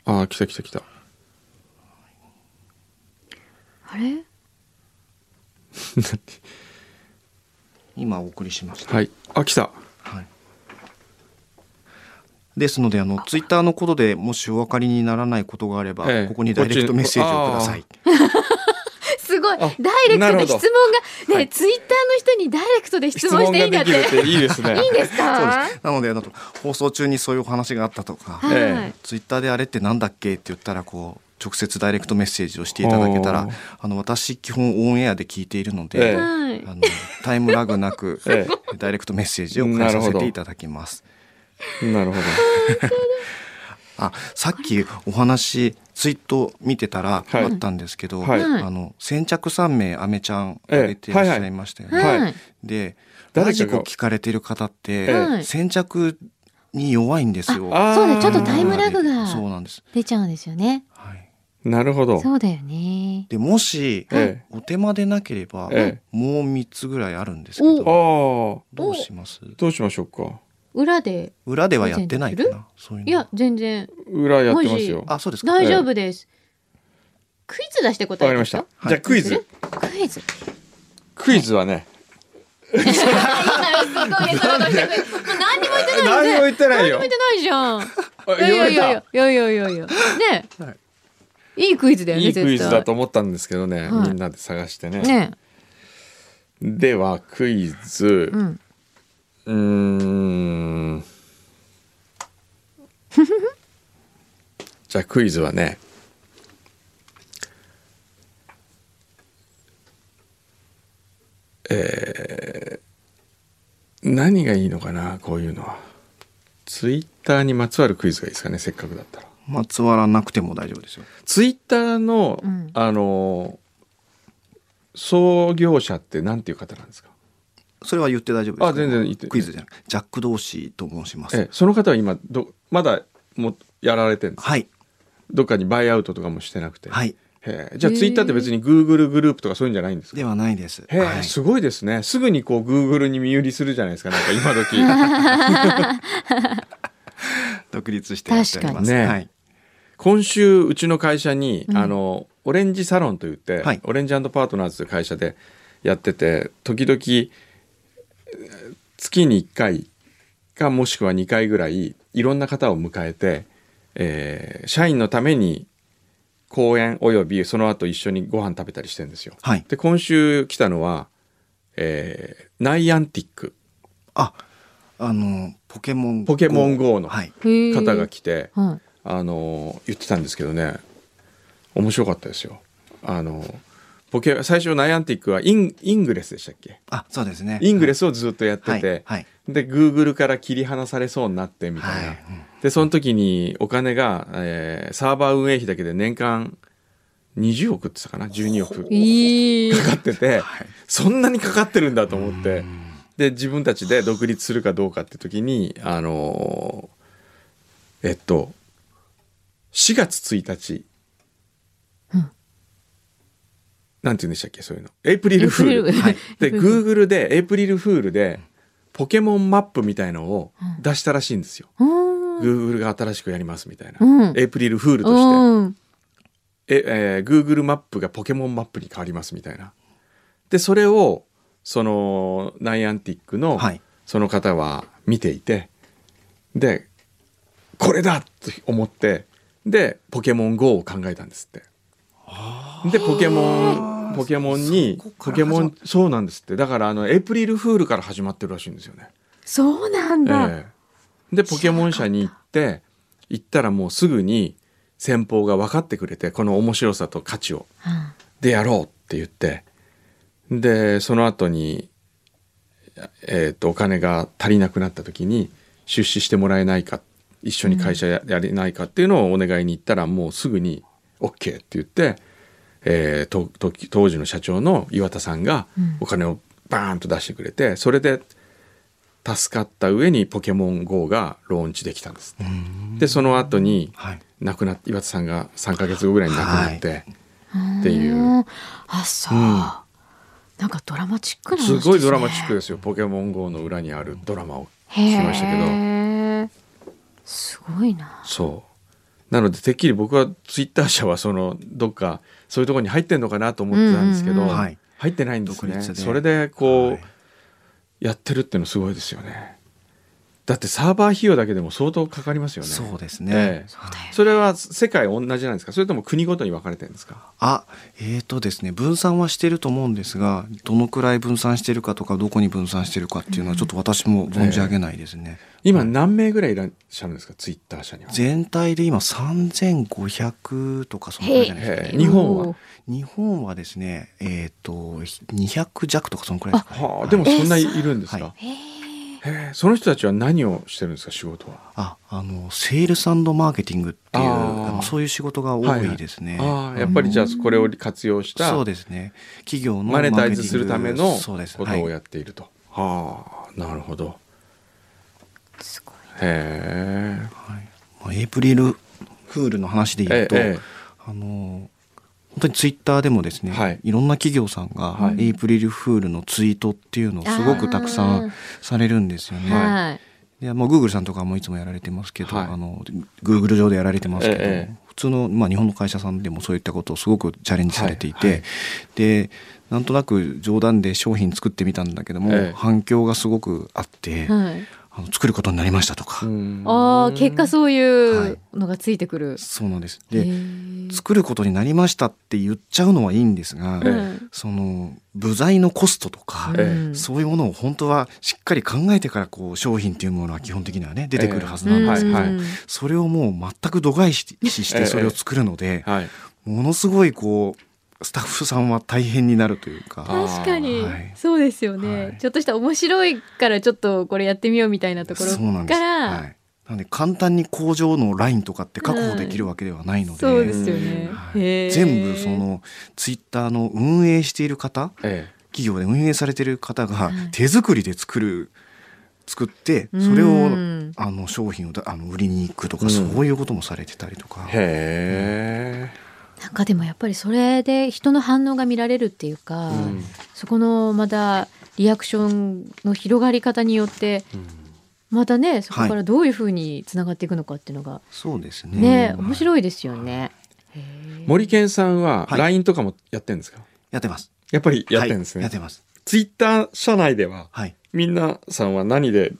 [SPEAKER 1] あ来た来た来た
[SPEAKER 2] あれ
[SPEAKER 3] 今お送りしました。
[SPEAKER 1] はいあ来た
[SPEAKER 3] はい。ですのであのツイッターのことでもしお分かりにならないことがあれば、
[SPEAKER 1] ええ
[SPEAKER 3] ここにダイレクトメッセージをください。
[SPEAKER 2] すごいダ
[SPEAKER 1] あ
[SPEAKER 2] イレク
[SPEAKER 1] なるほ
[SPEAKER 2] トで質
[SPEAKER 1] ど
[SPEAKER 2] 問が、ねツイッターの人にダイレクトで質
[SPEAKER 1] 質
[SPEAKER 2] 問
[SPEAKER 1] 問
[SPEAKER 2] していい
[SPEAKER 1] が
[SPEAKER 2] んだ
[SPEAKER 1] で
[SPEAKER 2] っ
[SPEAKER 1] き
[SPEAKER 2] て
[SPEAKER 1] るっていいですね
[SPEAKER 2] いいんです
[SPEAKER 3] そう
[SPEAKER 2] か
[SPEAKER 3] です。なのであの放送中にそういうお話があったとか、
[SPEAKER 1] い
[SPEAKER 2] は
[SPEAKER 1] え
[SPEAKER 3] ツイッターであれってなんだっけって言ったらこう直接ダイレクトメッセージをしていただけたら
[SPEAKER 1] おー
[SPEAKER 3] あの私基本オンエアで聞いているので、
[SPEAKER 1] え
[SPEAKER 2] い、
[SPEAKER 1] え
[SPEAKER 2] はい
[SPEAKER 3] あのタイムラグなく、
[SPEAKER 1] え
[SPEAKER 3] ダイレクトメッセージを返させていただきます。
[SPEAKER 1] なるほ
[SPEAKER 3] あさっきお話ツイート見てたら
[SPEAKER 1] はい
[SPEAKER 3] あったんですけど、
[SPEAKER 1] はい
[SPEAKER 3] あの先着3名アメちゃん挙げていらっしゃいましたよね。
[SPEAKER 1] えはい
[SPEAKER 3] で
[SPEAKER 1] 誰かが
[SPEAKER 3] ラジコ聞かれてる方って、
[SPEAKER 2] はい
[SPEAKER 3] 先着に弱いんですよ。
[SPEAKER 1] ど
[SPEAKER 2] そうだちょっと
[SPEAKER 3] なので
[SPEAKER 2] タイムラグが
[SPEAKER 3] そうなんです、
[SPEAKER 2] 出ちゃうんですよね。
[SPEAKER 3] はい、
[SPEAKER 1] なるほど
[SPEAKER 2] そうだよね。
[SPEAKER 3] でもし、
[SPEAKER 1] え
[SPEAKER 3] お手間でなければ、
[SPEAKER 1] え
[SPEAKER 3] もう3つぐらいあるんですけ
[SPEAKER 1] ああ
[SPEAKER 3] どど
[SPEAKER 2] お
[SPEAKER 3] うします
[SPEAKER 1] どうしましょうか
[SPEAKER 2] 裏で
[SPEAKER 3] 裏ではやってないかなそういうの
[SPEAKER 2] いや全然
[SPEAKER 1] 裏やってますよわ
[SPEAKER 3] あそうですか
[SPEAKER 2] 大丈夫です。クイズ出して答え
[SPEAKER 1] かりま
[SPEAKER 2] る
[SPEAKER 1] した
[SPEAKER 3] はい
[SPEAKER 1] じゃあクイズ
[SPEAKER 2] クイズ。
[SPEAKER 1] クイズはね何
[SPEAKER 2] 今何にも言ってない
[SPEAKER 1] も言ってない
[SPEAKER 2] 何も
[SPEAKER 1] よ
[SPEAKER 2] 言ってないじゃん。
[SPEAKER 1] あ
[SPEAKER 2] いやい
[SPEAKER 1] 言わ
[SPEAKER 2] やい
[SPEAKER 1] れた
[SPEAKER 2] やいやいやいやいや。ね
[SPEAKER 3] は。
[SPEAKER 2] いいクイズだよね。
[SPEAKER 1] いいクイズ
[SPEAKER 2] 絶
[SPEAKER 1] だ
[SPEAKER 2] 対
[SPEAKER 1] と思ったんですけどね
[SPEAKER 2] はい
[SPEAKER 1] みんなで探してね
[SPEAKER 2] ね。
[SPEAKER 1] ではクイズ
[SPEAKER 2] うん。
[SPEAKER 1] うーんじゃあクイズはねえー何がいいのかなこういうのはツイッターにまつわるクイズがいいですかねせっかくだったら
[SPEAKER 3] まあつわらなくても大丈夫ですよ
[SPEAKER 1] ツイッターの、
[SPEAKER 2] うん
[SPEAKER 1] あの創業者ってなんていう方なんですか
[SPEAKER 3] それは言って大丈夫ですか
[SPEAKER 1] あ全然言って
[SPEAKER 3] クイズじゃないジャック・ドーシーと申します、
[SPEAKER 1] ええその方は今どまだもうやられてるんですか
[SPEAKER 3] はい
[SPEAKER 1] どっかにバイアウトとかもしてなくて。
[SPEAKER 3] はい
[SPEAKER 1] へえじゃあツイッターって別に Google グループとかそういうんじゃないんですか
[SPEAKER 3] ではないです
[SPEAKER 1] へえ、
[SPEAKER 3] はい
[SPEAKER 1] すごいですね。すぐにこう Google に身売りするじゃないですか。なんか今時。
[SPEAKER 3] 独立してやっております
[SPEAKER 1] 確かにね
[SPEAKER 3] はい
[SPEAKER 1] 今週うちの会社に、
[SPEAKER 2] うん
[SPEAKER 1] あのオレンジサロンといって、
[SPEAKER 3] はい
[SPEAKER 1] オレンジパートナーズという会社でやってて、時々えー月に1回かもしくは2回ぐらいいろんな方を迎えて、えー社員のために講演およびその後一緒にご飯食べたりしてるんですよ。
[SPEAKER 3] はい
[SPEAKER 1] で今週来たのは、えーナイアンティック
[SPEAKER 3] ああのポケモン
[SPEAKER 1] ポケモン GO の
[SPEAKER 3] はい
[SPEAKER 2] へえ
[SPEAKER 1] 方が来て、
[SPEAKER 2] はい。
[SPEAKER 1] あのー言ってたんですけどね面白かったですよ。あのーポケ最初ナイアンティックはインイングレスでしたっけ
[SPEAKER 3] あそうですね
[SPEAKER 1] イングレ
[SPEAKER 3] ス
[SPEAKER 1] スをずっとやってて、
[SPEAKER 3] はいはい
[SPEAKER 1] でグーグルから切り離されそうになってみた
[SPEAKER 3] はいい、
[SPEAKER 1] な、
[SPEAKER 3] うん
[SPEAKER 1] でその時にお金が、えーサーバー運営費だけで年間20億って言ってたかな12億
[SPEAKER 2] いい。
[SPEAKER 1] かかってて、
[SPEAKER 3] はい
[SPEAKER 1] そんなにかかってるんだと思って。で自分たちで独立するかどうかって時にあのーえっと4月1日、
[SPEAKER 2] うん
[SPEAKER 1] なんて言うんでしたっけそういうのエイプリルフール
[SPEAKER 3] はい
[SPEAKER 1] で Google でエイプリルフールでポケモンマップみたいのを
[SPEAKER 2] うん
[SPEAKER 1] 出したらしいんですよ、
[SPEAKER 2] うん。
[SPEAKER 1] Google が新しくやりますみたいな、
[SPEAKER 2] うん
[SPEAKER 1] エイプリルフールとして、
[SPEAKER 2] うん
[SPEAKER 1] え、えー Google マップがポケモンマップに変わりますみたいな。でそれをそのナイアンティックの
[SPEAKER 3] はい
[SPEAKER 1] その方は見ていて、でこれだと思ってでポケモン GO を考えたんですって。でポケモンポケモンに
[SPEAKER 3] そこか
[SPEAKER 1] ポ
[SPEAKER 3] ら
[SPEAKER 1] ケモ
[SPEAKER 3] 始ま
[SPEAKER 1] ンそうなんですってだからあのエイプリルフールから始まってるらしいんですよね。
[SPEAKER 2] そうなんだ。
[SPEAKER 1] ええでポケモン社に行って行ったらもうすぐに先方が分かってくれてこの面白さと価値を
[SPEAKER 2] うん
[SPEAKER 1] でやろうって言ってでその後にえーとお金が足りなくなった時に出資してもらえないか一緒に会社や,、やれないかっていうのをお願いに行ったらもうすぐに OK って言って、えーとと当時の社長の岩田さんが
[SPEAKER 2] うん
[SPEAKER 1] お金をバーンと出してくれて、それで助かった上にポケモン GO がローンチできたんです。でその後に
[SPEAKER 3] はい
[SPEAKER 1] 亡くなっ岩田さんが3ヶ月後ぐらいに亡くなって。っていう
[SPEAKER 2] うん。あ、そう。
[SPEAKER 1] うん
[SPEAKER 2] なんかドラマチックな話
[SPEAKER 1] す
[SPEAKER 2] ですね。
[SPEAKER 1] ごいドラマチックですよ「ポケモン GO」の裏にあるドラマを
[SPEAKER 2] 聞
[SPEAKER 1] きましたけど
[SPEAKER 2] すごいな。
[SPEAKER 1] そうなのでてっきり僕はツイッター社はそのどっかそういうところに入ってんのかなと思ってたんですけど、
[SPEAKER 2] うんうんうん
[SPEAKER 3] はい
[SPEAKER 1] 入ってないんですね
[SPEAKER 3] 独立で
[SPEAKER 1] それでこう、
[SPEAKER 3] はい
[SPEAKER 1] やってるってのすごいですよねだってサーバー費用だけでも相当かかりますよね
[SPEAKER 3] そうです
[SPEAKER 1] え
[SPEAKER 3] ね
[SPEAKER 1] え。それは世界同じなんですかそれとも国ごとに分かれてるんですか
[SPEAKER 3] あ、えーとですね、分散はしてると思うんですが、どのくらい分散してるかとか、どこに分散してるかっていうのは、ちょっと私も存じ上げないですね。
[SPEAKER 1] 今何名ぐらいいらっしゃるんですかツイッター社には、
[SPEAKER 3] 全体で今3500とかそのくらいじゃないですか
[SPEAKER 1] へ
[SPEAKER 3] ね
[SPEAKER 1] え。日本は
[SPEAKER 2] おー
[SPEAKER 3] 日本はですね、えっ、と200弱とかそのくらいですかね、
[SPEAKER 1] は
[SPEAKER 3] は
[SPEAKER 1] あ、
[SPEAKER 3] い
[SPEAKER 1] でもそんないるんですか、
[SPEAKER 3] は
[SPEAKER 2] へ
[SPEAKER 1] へえその人たちは何をしてるんですか仕事は
[SPEAKER 3] ああのセールスマーケティングっていう
[SPEAKER 1] あー
[SPEAKER 3] あのそういう仕事が多いですね。
[SPEAKER 1] ああやっぱりじゃあこれを活用した
[SPEAKER 3] そうですね。企業の
[SPEAKER 1] マネタイズする
[SPEAKER 3] マ
[SPEAKER 1] た
[SPEAKER 3] ーケ
[SPEAKER 1] め
[SPEAKER 3] ティン
[SPEAKER 1] の
[SPEAKER 3] グそうです
[SPEAKER 1] こ
[SPEAKER 3] は
[SPEAKER 1] と
[SPEAKER 3] い
[SPEAKER 1] をやっていると。はあ、なるほど。
[SPEAKER 2] ーすごい
[SPEAKER 1] へえ。
[SPEAKER 3] はいまあエイプリルフールの話で言うと、
[SPEAKER 1] ええええ
[SPEAKER 3] あの本当にツイッターでもですね、
[SPEAKER 1] はい
[SPEAKER 3] い、ろんな企業さんが、
[SPEAKER 1] はい
[SPEAKER 3] エイプリルフールのツイートっていうのをすごくたくさ
[SPEAKER 2] あー
[SPEAKER 3] んされるんですよね。
[SPEAKER 2] はい
[SPEAKER 3] でもう Google さんとかもいつもやられてますけど、
[SPEAKER 1] はい
[SPEAKER 3] あの Google 上でやられてますけど、
[SPEAKER 1] ええ
[SPEAKER 3] 普通の、まあ、日本の会社さんでもそういったことをすごくチャレンジされていて、
[SPEAKER 1] はいはい
[SPEAKER 3] でなんとなく冗談で商品作ってみたんだけども、
[SPEAKER 1] ええ
[SPEAKER 3] 反響がすごくあって、
[SPEAKER 2] はい
[SPEAKER 3] あの作ることになりましたとか、
[SPEAKER 1] うん
[SPEAKER 2] ああ結果そういうのがついてくる
[SPEAKER 3] そうなんです。
[SPEAKER 2] へ
[SPEAKER 3] で、
[SPEAKER 2] ー
[SPEAKER 3] 作ることになりましたって言っちゃうのはいいんですが、
[SPEAKER 1] え
[SPEAKER 3] その部材のコストとか、
[SPEAKER 1] え
[SPEAKER 2] うん
[SPEAKER 3] そういうものを本当はしっかり考えてからこう商品っていうものは基本的にはね出てくるはずなんですけど、
[SPEAKER 1] はいはい
[SPEAKER 2] うん
[SPEAKER 3] それをもう全く度外視し
[SPEAKER 1] ええ
[SPEAKER 3] てそれを作るので、
[SPEAKER 1] はい。
[SPEAKER 3] ものすごいこうスタッフさんは大変になるという
[SPEAKER 1] あ
[SPEAKER 3] か。
[SPEAKER 2] 確かに、
[SPEAKER 3] はい
[SPEAKER 2] そうですよね、
[SPEAKER 3] はい
[SPEAKER 2] ちょっとした面白いからちょっとこれやってみようみたいなところ
[SPEAKER 3] そうなんで
[SPEAKER 2] か
[SPEAKER 3] す。
[SPEAKER 2] ら
[SPEAKER 3] はい。なので簡単に工場のラインとかって確保できるわけではないので、
[SPEAKER 2] そうですよね、
[SPEAKER 3] はい
[SPEAKER 2] へー
[SPEAKER 3] 全部そのツイッターの運営している方、
[SPEAKER 1] え
[SPEAKER 3] 企業で運営されてる方が
[SPEAKER 2] はい
[SPEAKER 3] 手作りで作る作ってそれを
[SPEAKER 2] うん
[SPEAKER 3] あの商品をだあの売りに行くとか、
[SPEAKER 1] うん
[SPEAKER 3] そういうこともされてたりとか
[SPEAKER 1] え。へ
[SPEAKER 2] なんかでもやっぱりそれで人の反応が見られるっていうか、
[SPEAKER 1] え。うん
[SPEAKER 2] そこのまたリアクションの広がり方によって
[SPEAKER 1] うん
[SPEAKER 2] またねそこからどういうふうにつながっていくのかっていうのが、
[SPEAKER 3] そうですね。
[SPEAKER 2] ね
[SPEAKER 3] はい
[SPEAKER 2] 面白いですよね。へー
[SPEAKER 1] 森健さんは
[SPEAKER 3] はい
[SPEAKER 1] LINE とかもやってるんですか、
[SPEAKER 3] やってます。
[SPEAKER 1] やっぱりやってるんです
[SPEAKER 3] は
[SPEAKER 1] ね
[SPEAKER 3] いやっ。てます。
[SPEAKER 1] ツイッター社内では
[SPEAKER 3] はい。
[SPEAKER 1] みんなさんは何で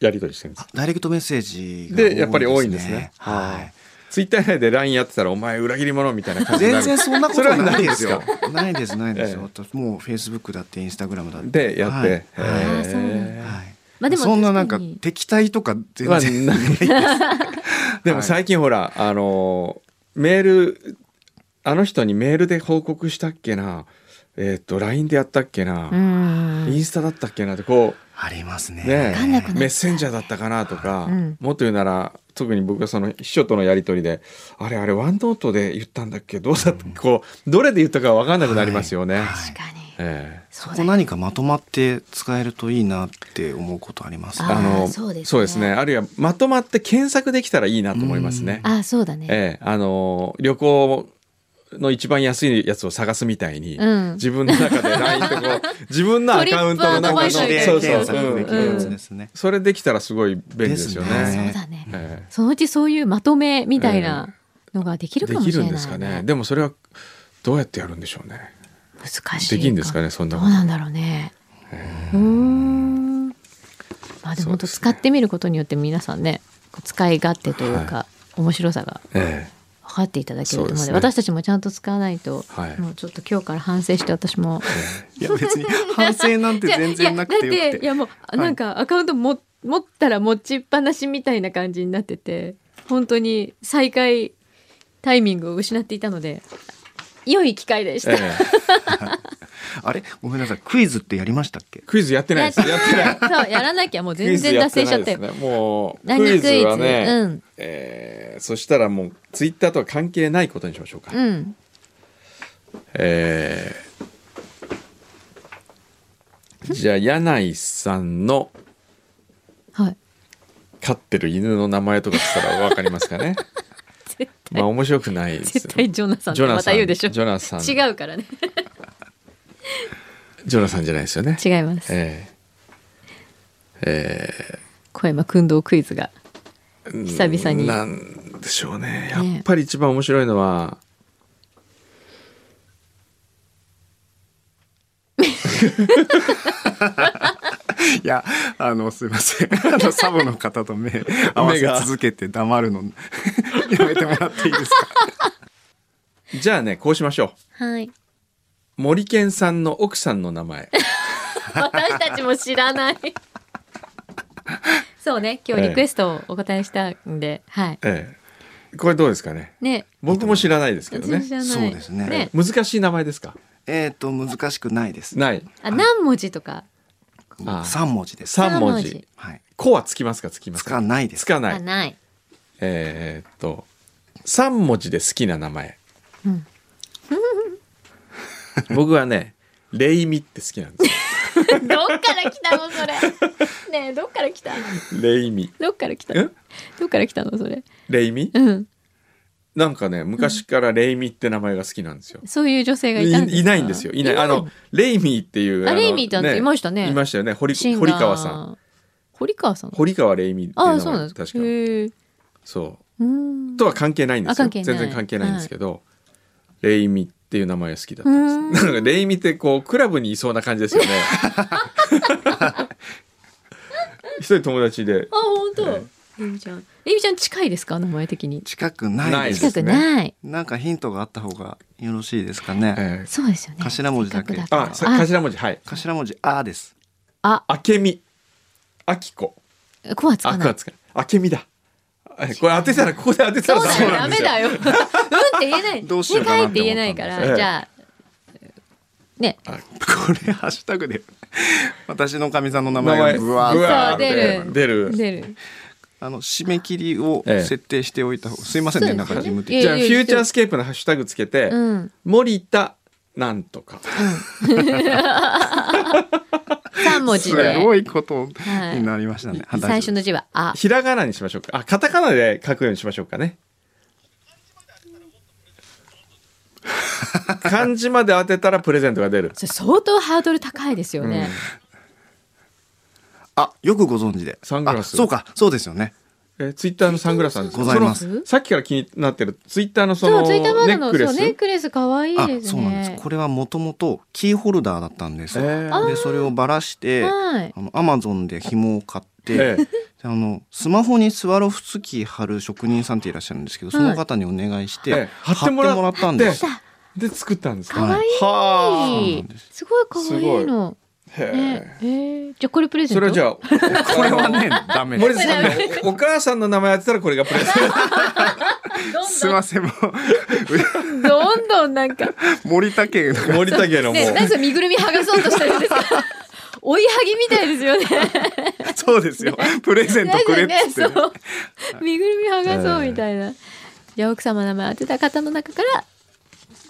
[SPEAKER 1] やり取りしてるんです
[SPEAKER 3] あ
[SPEAKER 1] か
[SPEAKER 3] ダイレクトメッセージが
[SPEAKER 1] でやっぱり多いんですね
[SPEAKER 3] は
[SPEAKER 1] ツイッター内で LINE やってたらお前裏切り者みたいな感
[SPEAKER 3] い。
[SPEAKER 1] じにな
[SPEAKER 3] 全
[SPEAKER 1] る
[SPEAKER 3] 然そんなこと
[SPEAKER 1] それは
[SPEAKER 3] は
[SPEAKER 1] な
[SPEAKER 3] ないい
[SPEAKER 1] で
[SPEAKER 3] ですす
[SPEAKER 1] よ
[SPEAKER 3] よ。ないですないですよ。
[SPEAKER 1] え
[SPEAKER 3] もうフェイスブックだってインスタグラムだっ て。
[SPEAKER 1] でやって。
[SPEAKER 3] はいはい
[SPEAKER 2] あーそうなん
[SPEAKER 1] へえ
[SPEAKER 3] はい。
[SPEAKER 2] まあでも
[SPEAKER 3] そんななんか
[SPEAKER 2] 確に
[SPEAKER 3] 敵対とか全然
[SPEAKER 1] はな
[SPEAKER 3] な
[SPEAKER 1] い
[SPEAKER 3] です。
[SPEAKER 1] でも最近ほら、あのーメールあの人にメールで報告したっけなえっ、と LINE でやったっけな、
[SPEAKER 2] うん
[SPEAKER 1] インスタだったっけなってこ
[SPEAKER 3] ありますね。
[SPEAKER 1] ね
[SPEAKER 2] わかんなく
[SPEAKER 1] う
[SPEAKER 2] な
[SPEAKER 1] メッセンジャーだったかなとか、
[SPEAKER 2] うん
[SPEAKER 1] もっと言うなら特に僕はその秘書とのやり取りであれあれワンノートで言ったんだっけどうだった、こうどれで言ったか分かんなくなりますよね。
[SPEAKER 3] はい
[SPEAKER 2] 確かに
[SPEAKER 1] ええ
[SPEAKER 2] そ
[SPEAKER 3] そう
[SPEAKER 2] だ
[SPEAKER 3] こ
[SPEAKER 2] よ
[SPEAKER 3] 何かまとまって使えるといいなって思うことありますね。
[SPEAKER 2] あー
[SPEAKER 1] あの
[SPEAKER 2] そうですね
[SPEAKER 1] あるいはまとまって検索できたらいいなと思いますね。
[SPEAKER 2] あそうだね、
[SPEAKER 1] ええあの旅行の一番安いやつを探すみたいに、
[SPEAKER 2] うん
[SPEAKER 1] 自分の中で LINE とこう 自分のアカウントの中の
[SPEAKER 2] トリップアドバイスみたいな
[SPEAKER 1] そう
[SPEAKER 3] 検
[SPEAKER 1] そう、
[SPEAKER 3] 索
[SPEAKER 1] う
[SPEAKER 3] で
[SPEAKER 1] ん
[SPEAKER 3] きるやつですね。
[SPEAKER 1] それできたらすごい便利ですよね。
[SPEAKER 3] です
[SPEAKER 2] そ
[SPEAKER 3] ね
[SPEAKER 2] うだね、
[SPEAKER 1] え
[SPEAKER 2] そのうちそういうまとめみたいなのができ
[SPEAKER 1] え
[SPEAKER 2] る
[SPEAKER 1] で
[SPEAKER 2] かもし
[SPEAKER 1] き
[SPEAKER 2] れ
[SPEAKER 1] る
[SPEAKER 2] ない、
[SPEAKER 1] んですかね。でもそれはどうやってやるんでしょうね。
[SPEAKER 2] 難しい
[SPEAKER 1] できんですかねそんな
[SPEAKER 2] ど
[SPEAKER 1] こ
[SPEAKER 2] う
[SPEAKER 1] と。
[SPEAKER 2] なんだろうねうーんまあでも本当使ってみることによって皆さんねこう使い勝手というか、面白さが
[SPEAKER 1] え
[SPEAKER 2] 分かっていただけると思うの
[SPEAKER 1] そうで
[SPEAKER 2] で、
[SPEAKER 1] すね
[SPEAKER 2] 私たちもちゃんと使わないと、
[SPEAKER 1] はい
[SPEAKER 2] もうちょっと今日から反省して私も
[SPEAKER 3] いや 別に反省なんて全然なくてよ
[SPEAKER 2] いやだって
[SPEAKER 3] く
[SPEAKER 2] い
[SPEAKER 3] て。
[SPEAKER 2] やもうなんかアカウントも持ったら持ちっぱなしみたいな感じになってて本当に再開タイミングを失っていたので良い機会でし
[SPEAKER 1] え
[SPEAKER 2] た、
[SPEAKER 1] ええ
[SPEAKER 3] あれごめんなさいクイズってやりましたっけ？
[SPEAKER 1] クイズやってないで す。やってない。
[SPEAKER 2] そうやらなきゃもう
[SPEAKER 1] クイ
[SPEAKER 2] 全
[SPEAKER 1] ズ
[SPEAKER 2] 然
[SPEAKER 1] や
[SPEAKER 2] 脱
[SPEAKER 1] って
[SPEAKER 2] 線しち
[SPEAKER 1] な
[SPEAKER 2] ゃ
[SPEAKER 1] い
[SPEAKER 2] っ
[SPEAKER 1] で
[SPEAKER 2] た
[SPEAKER 1] す
[SPEAKER 2] よ
[SPEAKER 1] ね。もう
[SPEAKER 2] 何
[SPEAKER 1] クイズ
[SPEAKER 2] クイズ
[SPEAKER 1] はね、
[SPEAKER 2] うん
[SPEAKER 1] ええそしたらもうツイッターとは関係ないことにしましょうか。
[SPEAKER 2] うん
[SPEAKER 1] えーじゃあ柳井さんの
[SPEAKER 2] はい
[SPEAKER 1] 飼ってる犬の名前とかしたらわかりますかね
[SPEAKER 2] 絶
[SPEAKER 1] まあ面白くないです
[SPEAKER 2] 絶対ジョナサンっ
[SPEAKER 1] ジ
[SPEAKER 2] て
[SPEAKER 1] ョナ
[SPEAKER 2] ま
[SPEAKER 1] サ
[SPEAKER 2] た
[SPEAKER 1] ン
[SPEAKER 2] 言うでしょ
[SPEAKER 1] ジョナサン
[SPEAKER 2] 違うからね
[SPEAKER 1] ジョナサンじゃないですよね
[SPEAKER 2] 違います、
[SPEAKER 1] えええ
[SPEAKER 2] 小山君堂クイズが
[SPEAKER 1] え
[SPEAKER 2] 久々に
[SPEAKER 1] なんでしょうね。や
[SPEAKER 2] ね
[SPEAKER 1] っぱり一番面白いのは、
[SPEAKER 3] いやあのすいません あのサブの方と目合わせ続けて黙るの やめてもらっていいですか
[SPEAKER 1] じゃあね、こうしましょ
[SPEAKER 2] はい。
[SPEAKER 1] う。森健さんの奥さんの名 前。
[SPEAKER 2] 私たちも知らない。そうね、今日リクエストをお答えしたんで、はい。
[SPEAKER 1] ええ。これどうですかね。
[SPEAKER 2] ね。
[SPEAKER 1] 僕も知らないですけど
[SPEAKER 2] 私も
[SPEAKER 1] ね
[SPEAKER 2] 知。らない。
[SPEAKER 3] そうですね
[SPEAKER 1] 難しい名前ですか
[SPEAKER 3] えっと難しくないです
[SPEAKER 1] ない。
[SPEAKER 2] あ、何文字とか。
[SPEAKER 1] ああ
[SPEAKER 3] 三文字です
[SPEAKER 1] 3文
[SPEAKER 2] 三文
[SPEAKER 1] 字
[SPEAKER 2] 字。
[SPEAKER 3] はい
[SPEAKER 1] 子はつきますかつきま
[SPEAKER 3] つ
[SPEAKER 1] す
[SPEAKER 3] か
[SPEAKER 1] か
[SPEAKER 3] ないです
[SPEAKER 1] つかな
[SPEAKER 2] あ、
[SPEAKER 1] い。
[SPEAKER 2] ない。
[SPEAKER 1] えーっと、3文字で好きな名前。
[SPEAKER 2] うん。
[SPEAKER 1] 僕はね、レイミって好きなんで
[SPEAKER 2] どっから来たの それ。ねえ、どっから来たの
[SPEAKER 1] す。レイミ。
[SPEAKER 2] どっから来た
[SPEAKER 1] え
[SPEAKER 2] のどっから来たのそれ。
[SPEAKER 1] レイミ
[SPEAKER 2] うん。
[SPEAKER 1] なんかね、昔からレイミって名前が好きなんですよ。
[SPEAKER 2] そういう女性がいたんです
[SPEAKER 1] い
[SPEAKER 2] か
[SPEAKER 1] いないんですよ。いない。あの、レイミーっていう。
[SPEAKER 2] あ
[SPEAKER 1] の
[SPEAKER 2] レイミーってあのいましたね
[SPEAKER 1] いましたよね。堀
[SPEAKER 2] シンガー
[SPEAKER 1] 堀川さん。。
[SPEAKER 2] 堀川さん。
[SPEAKER 1] 堀川レイミーっていう
[SPEAKER 2] あ
[SPEAKER 1] 名
[SPEAKER 2] あ、
[SPEAKER 1] 前
[SPEAKER 2] そうなんですか。
[SPEAKER 1] 確か。
[SPEAKER 2] へえ。
[SPEAKER 1] そうう。
[SPEAKER 2] ん。
[SPEAKER 1] とは関係ないんですよ。
[SPEAKER 2] あ関係ない
[SPEAKER 1] 全然関係ないんですけど、レイミーっていう名前が好きだった
[SPEAKER 2] うー
[SPEAKER 1] ん
[SPEAKER 2] ん
[SPEAKER 1] です。なんかレイミーってこう、クラブにいそうな感じですよ ね。一人友達で
[SPEAKER 2] あ、本当。
[SPEAKER 1] え
[SPEAKER 2] えみちゃん。えみちゃん近いですか名前的に。
[SPEAKER 3] 近くないです
[SPEAKER 2] 近
[SPEAKER 1] です
[SPEAKER 2] く
[SPEAKER 1] ね
[SPEAKER 2] ない。
[SPEAKER 3] なんかヒントがあった方がよろしいですかね。
[SPEAKER 1] えー
[SPEAKER 2] そうですよね。
[SPEAKER 3] 頭文字だけ
[SPEAKER 2] せっかくから
[SPEAKER 1] あ、さ頭文字、はい。
[SPEAKER 3] 頭文字あです。
[SPEAKER 2] あ、
[SPEAKER 1] あけみ。あきこ。
[SPEAKER 2] こはつ
[SPEAKER 1] あ
[SPEAKER 2] か
[SPEAKER 1] く
[SPEAKER 2] な。
[SPEAKER 1] はいつかない。あけみだ。えこれ当てたら、ここで当てた
[SPEAKER 2] そ
[SPEAKER 1] らダ
[SPEAKER 2] うだよ、
[SPEAKER 1] メなんで
[SPEAKER 2] ダメ
[SPEAKER 1] すよ。
[SPEAKER 2] だよ。うんって言えない。
[SPEAKER 3] どうしようかな
[SPEAKER 2] ねかいって言えないか
[SPEAKER 1] え
[SPEAKER 2] ら、
[SPEAKER 1] え
[SPEAKER 2] じゃあ。ね、
[SPEAKER 3] これハッシュタグで 私のかみさんの
[SPEAKER 1] 名
[SPEAKER 3] 名前
[SPEAKER 1] 前
[SPEAKER 3] がぶわ
[SPEAKER 1] ぶ
[SPEAKER 3] ーっ
[SPEAKER 1] わーっ
[SPEAKER 2] そう出
[SPEAKER 1] て
[SPEAKER 2] る
[SPEAKER 1] 出る
[SPEAKER 2] 出る。
[SPEAKER 3] あの締め切りを
[SPEAKER 1] ええ
[SPEAKER 3] 設定しておいた方、すいません
[SPEAKER 2] そ
[SPEAKER 3] ね
[SPEAKER 2] うです
[SPEAKER 3] な
[SPEAKER 2] ね
[SPEAKER 3] んか事務
[SPEAKER 2] いえ
[SPEAKER 3] 的
[SPEAKER 1] じゃあフューチャースケープのハッシュタグつけて
[SPEAKER 2] うん。
[SPEAKER 1] 「森田なんとか
[SPEAKER 2] 三文字
[SPEAKER 3] す
[SPEAKER 2] で。
[SPEAKER 3] ごいこと
[SPEAKER 2] はい
[SPEAKER 3] になりましたね。あ
[SPEAKER 2] 最初。の字は、あ」。
[SPEAKER 1] ひらがなにしましょうかあカタカナで書くようにしましょうか ね漢字まで当てたらプレゼントが出る
[SPEAKER 2] それ相当ハードル高いですよね。
[SPEAKER 3] あよくご存知で。
[SPEAKER 1] サングラス
[SPEAKER 3] あそうかそうですよね。
[SPEAKER 1] えツイッターのサングラスなんです
[SPEAKER 3] ございます
[SPEAKER 1] そのさっきから気になってるツイッターのそ
[SPEAKER 2] そ
[SPEAKER 1] の
[SPEAKER 2] う、ツイッターバー
[SPEAKER 1] ネ
[SPEAKER 2] ド
[SPEAKER 1] ッ
[SPEAKER 2] の
[SPEAKER 1] クレ
[SPEAKER 2] そ
[SPEAKER 1] ス
[SPEAKER 2] うネックレス可愛い
[SPEAKER 3] あ
[SPEAKER 2] です
[SPEAKER 3] そうなんです。
[SPEAKER 2] ね。
[SPEAKER 3] これはもともとキーホルダーだったんです。
[SPEAKER 1] えー
[SPEAKER 2] あー
[SPEAKER 3] でそれをばらして、
[SPEAKER 2] はい。
[SPEAKER 3] あのアマゾンで紐を買って。
[SPEAKER 1] ええ
[SPEAKER 3] であのスマホにスワロフスキー貼る職人さんっていらっしゃるんですけど、その方にお願いして、
[SPEAKER 1] ええ貼ってもらっ
[SPEAKER 3] 貼ったんです。
[SPEAKER 1] で作ったんです
[SPEAKER 2] 可愛い
[SPEAKER 1] はあ
[SPEAKER 2] すごい可愛いの。ね
[SPEAKER 1] へえ、
[SPEAKER 2] えーじゃあこれプレゼント。
[SPEAKER 1] それはじゃあこれはね
[SPEAKER 3] ダメ
[SPEAKER 1] 森田さんのおお母さんの名前当てたらこれが プレゼント
[SPEAKER 3] すいませんもう
[SPEAKER 2] どんどんなんか。
[SPEAKER 3] 森田家の
[SPEAKER 1] 森田家のもう
[SPEAKER 2] ね、なんか身ぐるみ剥がそうとしてるんです か。追い剥ぎみたいですよね。
[SPEAKER 3] そうですよプレゼントくれっつって
[SPEAKER 2] ね、そう。身ぐるみ剥がそうみたいな。じゃあ奥様の名前当てた方の中から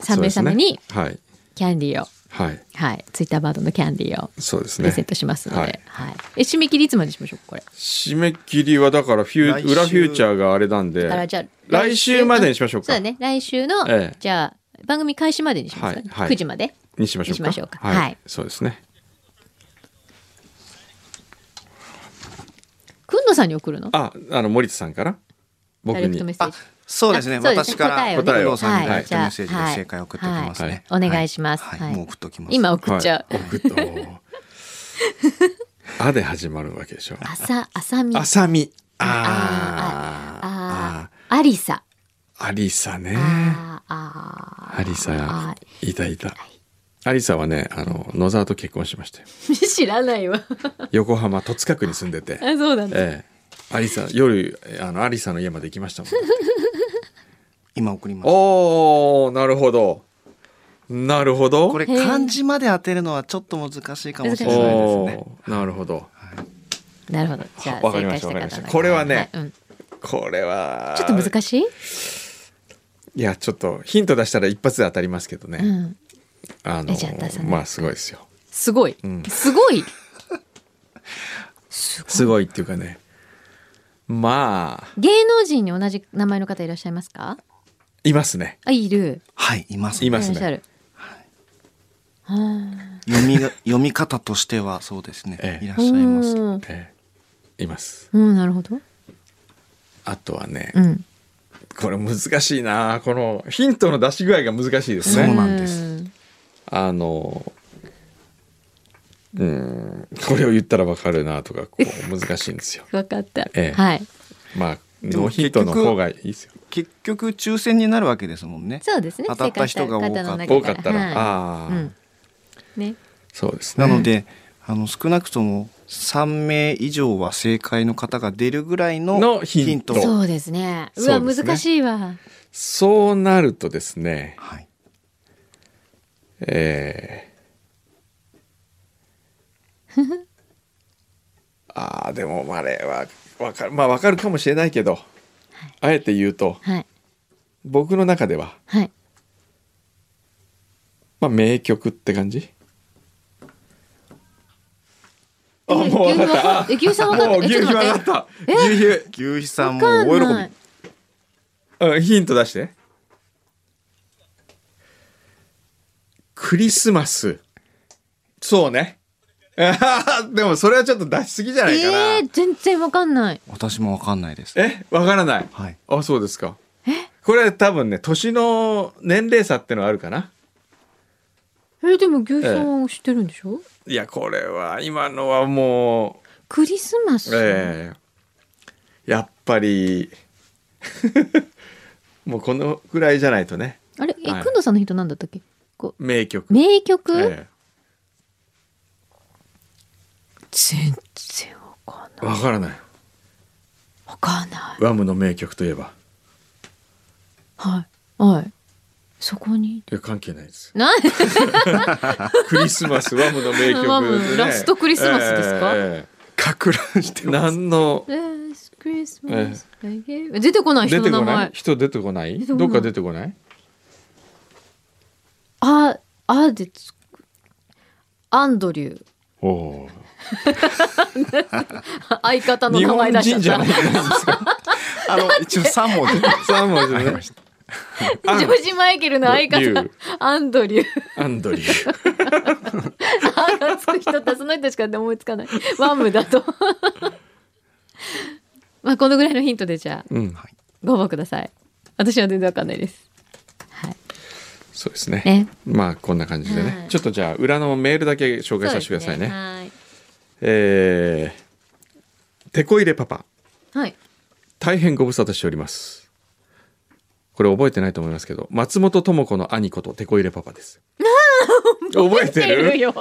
[SPEAKER 2] 三名様に
[SPEAKER 1] そうですね
[SPEAKER 2] キャンディーを、
[SPEAKER 1] はいはい
[SPEAKER 2] はい、ツイッターバードのキャンディーを
[SPEAKER 1] そうです
[SPEAKER 2] プ
[SPEAKER 1] ね
[SPEAKER 2] レゼントしますので、
[SPEAKER 1] はい
[SPEAKER 2] はい。え締め切りいつまでにしましょうかこれ。
[SPEAKER 1] 締め切りはだからフュ
[SPEAKER 3] 来
[SPEAKER 1] ー
[SPEAKER 3] 週
[SPEAKER 1] 裏フューチャーがあれなんで
[SPEAKER 2] だからじゃあ
[SPEAKER 1] 来週までにしましょうか
[SPEAKER 2] そうだね。来週の、
[SPEAKER 1] ええ
[SPEAKER 2] じゃあ番組開始までにしますか、
[SPEAKER 1] はいはい
[SPEAKER 2] 9時まで。
[SPEAKER 1] にしましょうか
[SPEAKER 2] にしましょうか
[SPEAKER 1] はい、
[SPEAKER 2] はい
[SPEAKER 1] そうですね
[SPEAKER 2] くんのさんに送るの？
[SPEAKER 1] ああの森田さんから僕
[SPEAKER 2] ダイレク
[SPEAKER 1] に
[SPEAKER 2] トメッセー
[SPEAKER 3] あ
[SPEAKER 2] ジ。
[SPEAKER 3] そうですね
[SPEAKER 2] あそうですね
[SPEAKER 3] 私か
[SPEAKER 2] 答
[SPEAKER 3] ら
[SPEAKER 2] えをね
[SPEAKER 3] 答えをさんに
[SPEAKER 1] は
[SPEAKER 3] ダ
[SPEAKER 1] い
[SPEAKER 3] イレクトメッセージで正解を送っておきますね、
[SPEAKER 2] はいはいお願いします
[SPEAKER 3] はい
[SPEAKER 2] はい
[SPEAKER 3] もう送っときます
[SPEAKER 2] 今送っちゃう。
[SPEAKER 1] はい、送っと あで始まるわけでしょ
[SPEAKER 2] 朝朝み。
[SPEAKER 1] あさみあー
[SPEAKER 2] ああ、ありさ。
[SPEAKER 1] ありさね
[SPEAKER 2] あーあ
[SPEAKER 1] ありさ
[SPEAKER 2] あ
[SPEAKER 1] いたいたありさはねあの野沢と結婚しましたよ
[SPEAKER 2] ー。知らない わ。
[SPEAKER 1] 横浜戸塚区に住んで て
[SPEAKER 2] あ、そうなんだ。
[SPEAKER 1] ええ、アリサ夜あのアリサの家まで行きましたもん。
[SPEAKER 3] 今送ります
[SPEAKER 1] おお、なるほど。なるほど。
[SPEAKER 3] これ
[SPEAKER 2] へー
[SPEAKER 3] 漢字まで当てるのはちょっと難しいかもしれ
[SPEAKER 1] お
[SPEAKER 3] ないですね
[SPEAKER 1] ーなるほど。
[SPEAKER 2] なるほど。じゃあ
[SPEAKER 1] わか
[SPEAKER 2] 正
[SPEAKER 1] りま
[SPEAKER 2] 解
[SPEAKER 1] し
[SPEAKER 2] したた
[SPEAKER 1] わかりま
[SPEAKER 2] 方
[SPEAKER 1] した
[SPEAKER 2] の
[SPEAKER 1] これはね
[SPEAKER 2] いうん
[SPEAKER 1] これは
[SPEAKER 2] ちょっと難しい。
[SPEAKER 1] いやちょっとヒント出したら一発で当たりますけどね。
[SPEAKER 2] うん。
[SPEAKER 1] あの
[SPEAKER 2] えじゃあ出さない
[SPEAKER 1] まあすごいですよ。
[SPEAKER 2] すごい。
[SPEAKER 1] ん
[SPEAKER 2] すごい。
[SPEAKER 1] すごいっていうかね。まあ
[SPEAKER 2] 芸能人に同じ名前の方いらっしゃいますか。
[SPEAKER 1] いますね。
[SPEAKER 2] あ、いる。
[SPEAKER 3] はいいます
[SPEAKER 1] いま
[SPEAKER 2] い
[SPEAKER 1] す
[SPEAKER 2] らっしゃ
[SPEAKER 1] ね。
[SPEAKER 2] る。は
[SPEAKER 3] 読みが 読み方としてはそうですね、
[SPEAKER 1] ええ
[SPEAKER 3] いらっ
[SPEAKER 2] い。
[SPEAKER 3] しゃいます
[SPEAKER 2] うん
[SPEAKER 1] ええいます。
[SPEAKER 2] うん、なるほど。
[SPEAKER 1] あとはね、
[SPEAKER 2] うん。
[SPEAKER 1] これ難しいなこのヒントの出し具合が難しいです
[SPEAKER 3] そう
[SPEAKER 1] ね。
[SPEAKER 3] なんです
[SPEAKER 2] ん
[SPEAKER 1] あのうんこれを言ったらわかるなとかこう難しいんですよ。
[SPEAKER 2] わかった、
[SPEAKER 1] ええ
[SPEAKER 2] はい
[SPEAKER 1] まあ
[SPEAKER 3] でも
[SPEAKER 1] ノーヒントの方がいいですよ。
[SPEAKER 3] 結局抽選になるわけですもんね
[SPEAKER 2] そうですね
[SPEAKER 3] 当たった人が多かった
[SPEAKER 2] 正解し
[SPEAKER 1] 多
[SPEAKER 2] 結局
[SPEAKER 1] かったら、
[SPEAKER 2] はい
[SPEAKER 1] ああ、
[SPEAKER 2] うんね
[SPEAKER 1] そうですね。
[SPEAKER 3] なので、あの少なくとも3名以上は正解の方が出るぐらい
[SPEAKER 1] の
[SPEAKER 3] の
[SPEAKER 1] ヒ
[SPEAKER 3] ヒ
[SPEAKER 1] ン
[SPEAKER 3] ン
[SPEAKER 1] ト
[SPEAKER 3] ト
[SPEAKER 2] そうですねうわ
[SPEAKER 1] そうですね
[SPEAKER 2] 難しいわ
[SPEAKER 1] そうなるとですね、
[SPEAKER 3] はい、
[SPEAKER 1] え ー、ああでもあれはわかるまあわかるかもしれないけど、あえて言うと
[SPEAKER 2] はい
[SPEAKER 1] 僕の中では
[SPEAKER 2] はい
[SPEAKER 1] まあ名曲って感じ。あ
[SPEAKER 2] え
[SPEAKER 1] もう分かった。あ
[SPEAKER 2] 牛皮さんわかった
[SPEAKER 1] もう
[SPEAKER 2] え
[SPEAKER 1] 牛
[SPEAKER 2] ち
[SPEAKER 1] 皮
[SPEAKER 2] ょっ
[SPEAKER 1] 分
[SPEAKER 2] と待
[SPEAKER 1] か
[SPEAKER 2] っ
[SPEAKER 1] った。牛皮
[SPEAKER 3] 牛肥さんも
[SPEAKER 2] わかん
[SPEAKER 3] 大
[SPEAKER 2] ない
[SPEAKER 3] 喜
[SPEAKER 1] うんヒント出して。クリスマス。そうね。 あははでもそれはちょっと出しすぎじゃないかな。
[SPEAKER 2] えー、全然わかんない
[SPEAKER 3] び私もわかんないです
[SPEAKER 1] えわからない。
[SPEAKER 3] はい
[SPEAKER 1] あ、そうですか。これ多分ね、年の年齢差ってのはあるかな。
[SPEAKER 2] えーでも牛さんは知ってるんでしょ、
[SPEAKER 1] いや、これは、今のはも
[SPEAKER 2] クリスマ
[SPEAKER 1] う
[SPEAKER 2] ス、、
[SPEAKER 1] ええやっぱり、 もうこのくらいじゃないとね、
[SPEAKER 2] あれえ
[SPEAKER 1] はい
[SPEAKER 2] くんどさんの人なんだったっけこ
[SPEAKER 1] 名曲。
[SPEAKER 2] う名曲、
[SPEAKER 1] え
[SPEAKER 2] 全然わかんない
[SPEAKER 1] えわからない。
[SPEAKER 2] わかんない
[SPEAKER 1] ワムの名曲といえば。
[SPEAKER 2] はいはいそこに
[SPEAKER 1] いや関係ないです。
[SPEAKER 2] なんで
[SPEAKER 1] クリスマスワムの名曲で、ね、
[SPEAKER 2] ワムラストクリスマスですか
[SPEAKER 1] え
[SPEAKER 3] か乱して
[SPEAKER 1] え何の
[SPEAKER 2] Last Christmas I gave- 出てこない
[SPEAKER 1] 出
[SPEAKER 2] 人
[SPEAKER 1] て
[SPEAKER 2] の名
[SPEAKER 1] こない
[SPEAKER 2] 前
[SPEAKER 1] 人出てこない
[SPEAKER 2] 出てこな
[SPEAKER 1] ど
[SPEAKER 2] い
[SPEAKER 1] っか出てこない
[SPEAKER 2] ああでつくアンドリュー
[SPEAKER 1] おお
[SPEAKER 2] あ相方の
[SPEAKER 1] 日
[SPEAKER 2] 名前
[SPEAKER 1] 本
[SPEAKER 2] 出
[SPEAKER 1] 人
[SPEAKER 2] し
[SPEAKER 1] じ
[SPEAKER 2] ちゃ
[SPEAKER 1] ゃ
[SPEAKER 2] った
[SPEAKER 1] ないですか
[SPEAKER 3] あの一応3文字
[SPEAKER 1] 三文字ねアン
[SPEAKER 2] ジョージ・マイケルの相
[SPEAKER 1] リュ
[SPEAKER 2] 方
[SPEAKER 1] ー
[SPEAKER 2] アンドリュー
[SPEAKER 1] アンドリュ
[SPEAKER 2] あがつく人ってその人しか思いつかないワムだと まあこのぐらいのヒントでじゃあ
[SPEAKER 1] ー、うん、
[SPEAKER 2] ご応募ください私は全然わかんないですはい
[SPEAKER 1] そうですね
[SPEAKER 2] ね
[SPEAKER 1] まあこんな感じでね、
[SPEAKER 2] はい
[SPEAKER 1] ちょっとじゃあ裏のメールだけ紹介させてくださいね
[SPEAKER 2] そうです
[SPEAKER 1] えー、てこ入れパパ
[SPEAKER 2] はいはい
[SPEAKER 1] 大変ご無沙汰しておりますこれ覚えてないと思いますけど松本智子の兄ことてこ入れパパ です覚えてる
[SPEAKER 2] 出よ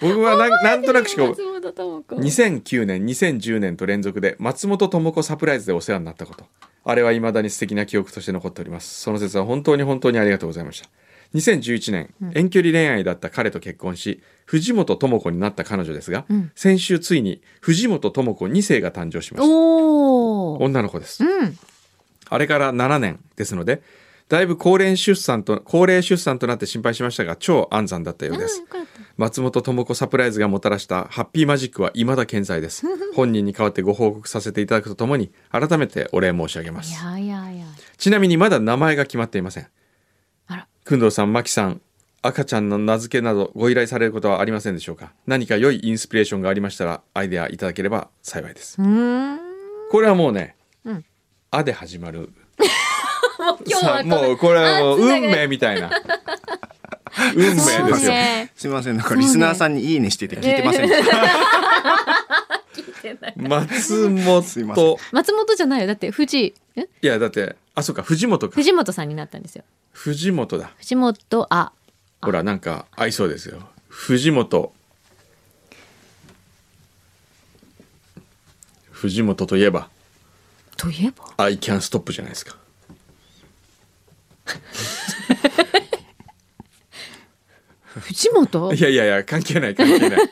[SPEAKER 1] 僕はなんなんとなくしか
[SPEAKER 2] 松本智子
[SPEAKER 1] 2009年2010年と連続で松本智子サプライズでお世話になったことあれは未だに素敵な記憶として残っておりますその説は本当に本当にありがとうございました2011年、遠距離恋愛だった彼と結婚し藤本智子になった彼女ですが、
[SPEAKER 2] うん
[SPEAKER 1] 先週ついに藤本智子2世が誕生しました
[SPEAKER 2] おお
[SPEAKER 1] 女の子です
[SPEAKER 2] うん
[SPEAKER 1] あれから7年ですのでだいぶ高齢出産と高齢出産となって心配しましたが超安産だったようです
[SPEAKER 2] あーよかった
[SPEAKER 1] 松本智子サプライズがもたらしたハッピーマジックは未だ健在 です本人に代わってご報告させていただくとともに改めてお礼申し上げま
[SPEAKER 2] い
[SPEAKER 1] す
[SPEAKER 2] やいやいや
[SPEAKER 1] ちなみにまだ名前が決まっていません
[SPEAKER 2] あら
[SPEAKER 1] くんどうさんまきさん赤ちゃんの名付けなどご依頼されることはありませんでしょうか何か良いインスピレーションがありましたらアイデアいただければ幸いです
[SPEAKER 2] うーん
[SPEAKER 1] これはもうね
[SPEAKER 2] うん
[SPEAKER 1] 「あ」で始まる
[SPEAKER 2] 今日は
[SPEAKER 1] さもうこれはもう
[SPEAKER 2] あつな
[SPEAKER 1] 運
[SPEAKER 2] がる
[SPEAKER 1] 命みた いな運命です
[SPEAKER 2] そう
[SPEAKER 1] よ、
[SPEAKER 2] ね
[SPEAKER 3] すいませんなんかリスナーさんに「いいね」してて聞いてませんでした
[SPEAKER 1] 松
[SPEAKER 3] すいませ
[SPEAKER 1] 本
[SPEAKER 2] 松本じゃないよだって藤井え
[SPEAKER 1] いやだってあそうか藤本か
[SPEAKER 2] 藤本さんになったんですよ
[SPEAKER 1] 藤本だ
[SPEAKER 2] 藤本あ
[SPEAKER 1] ほらなんか合いそうですよ藤本藤本といえば
[SPEAKER 2] といえば
[SPEAKER 1] I can stop じゃないですか
[SPEAKER 2] 藤本
[SPEAKER 1] いやいやいや関係ない関係ない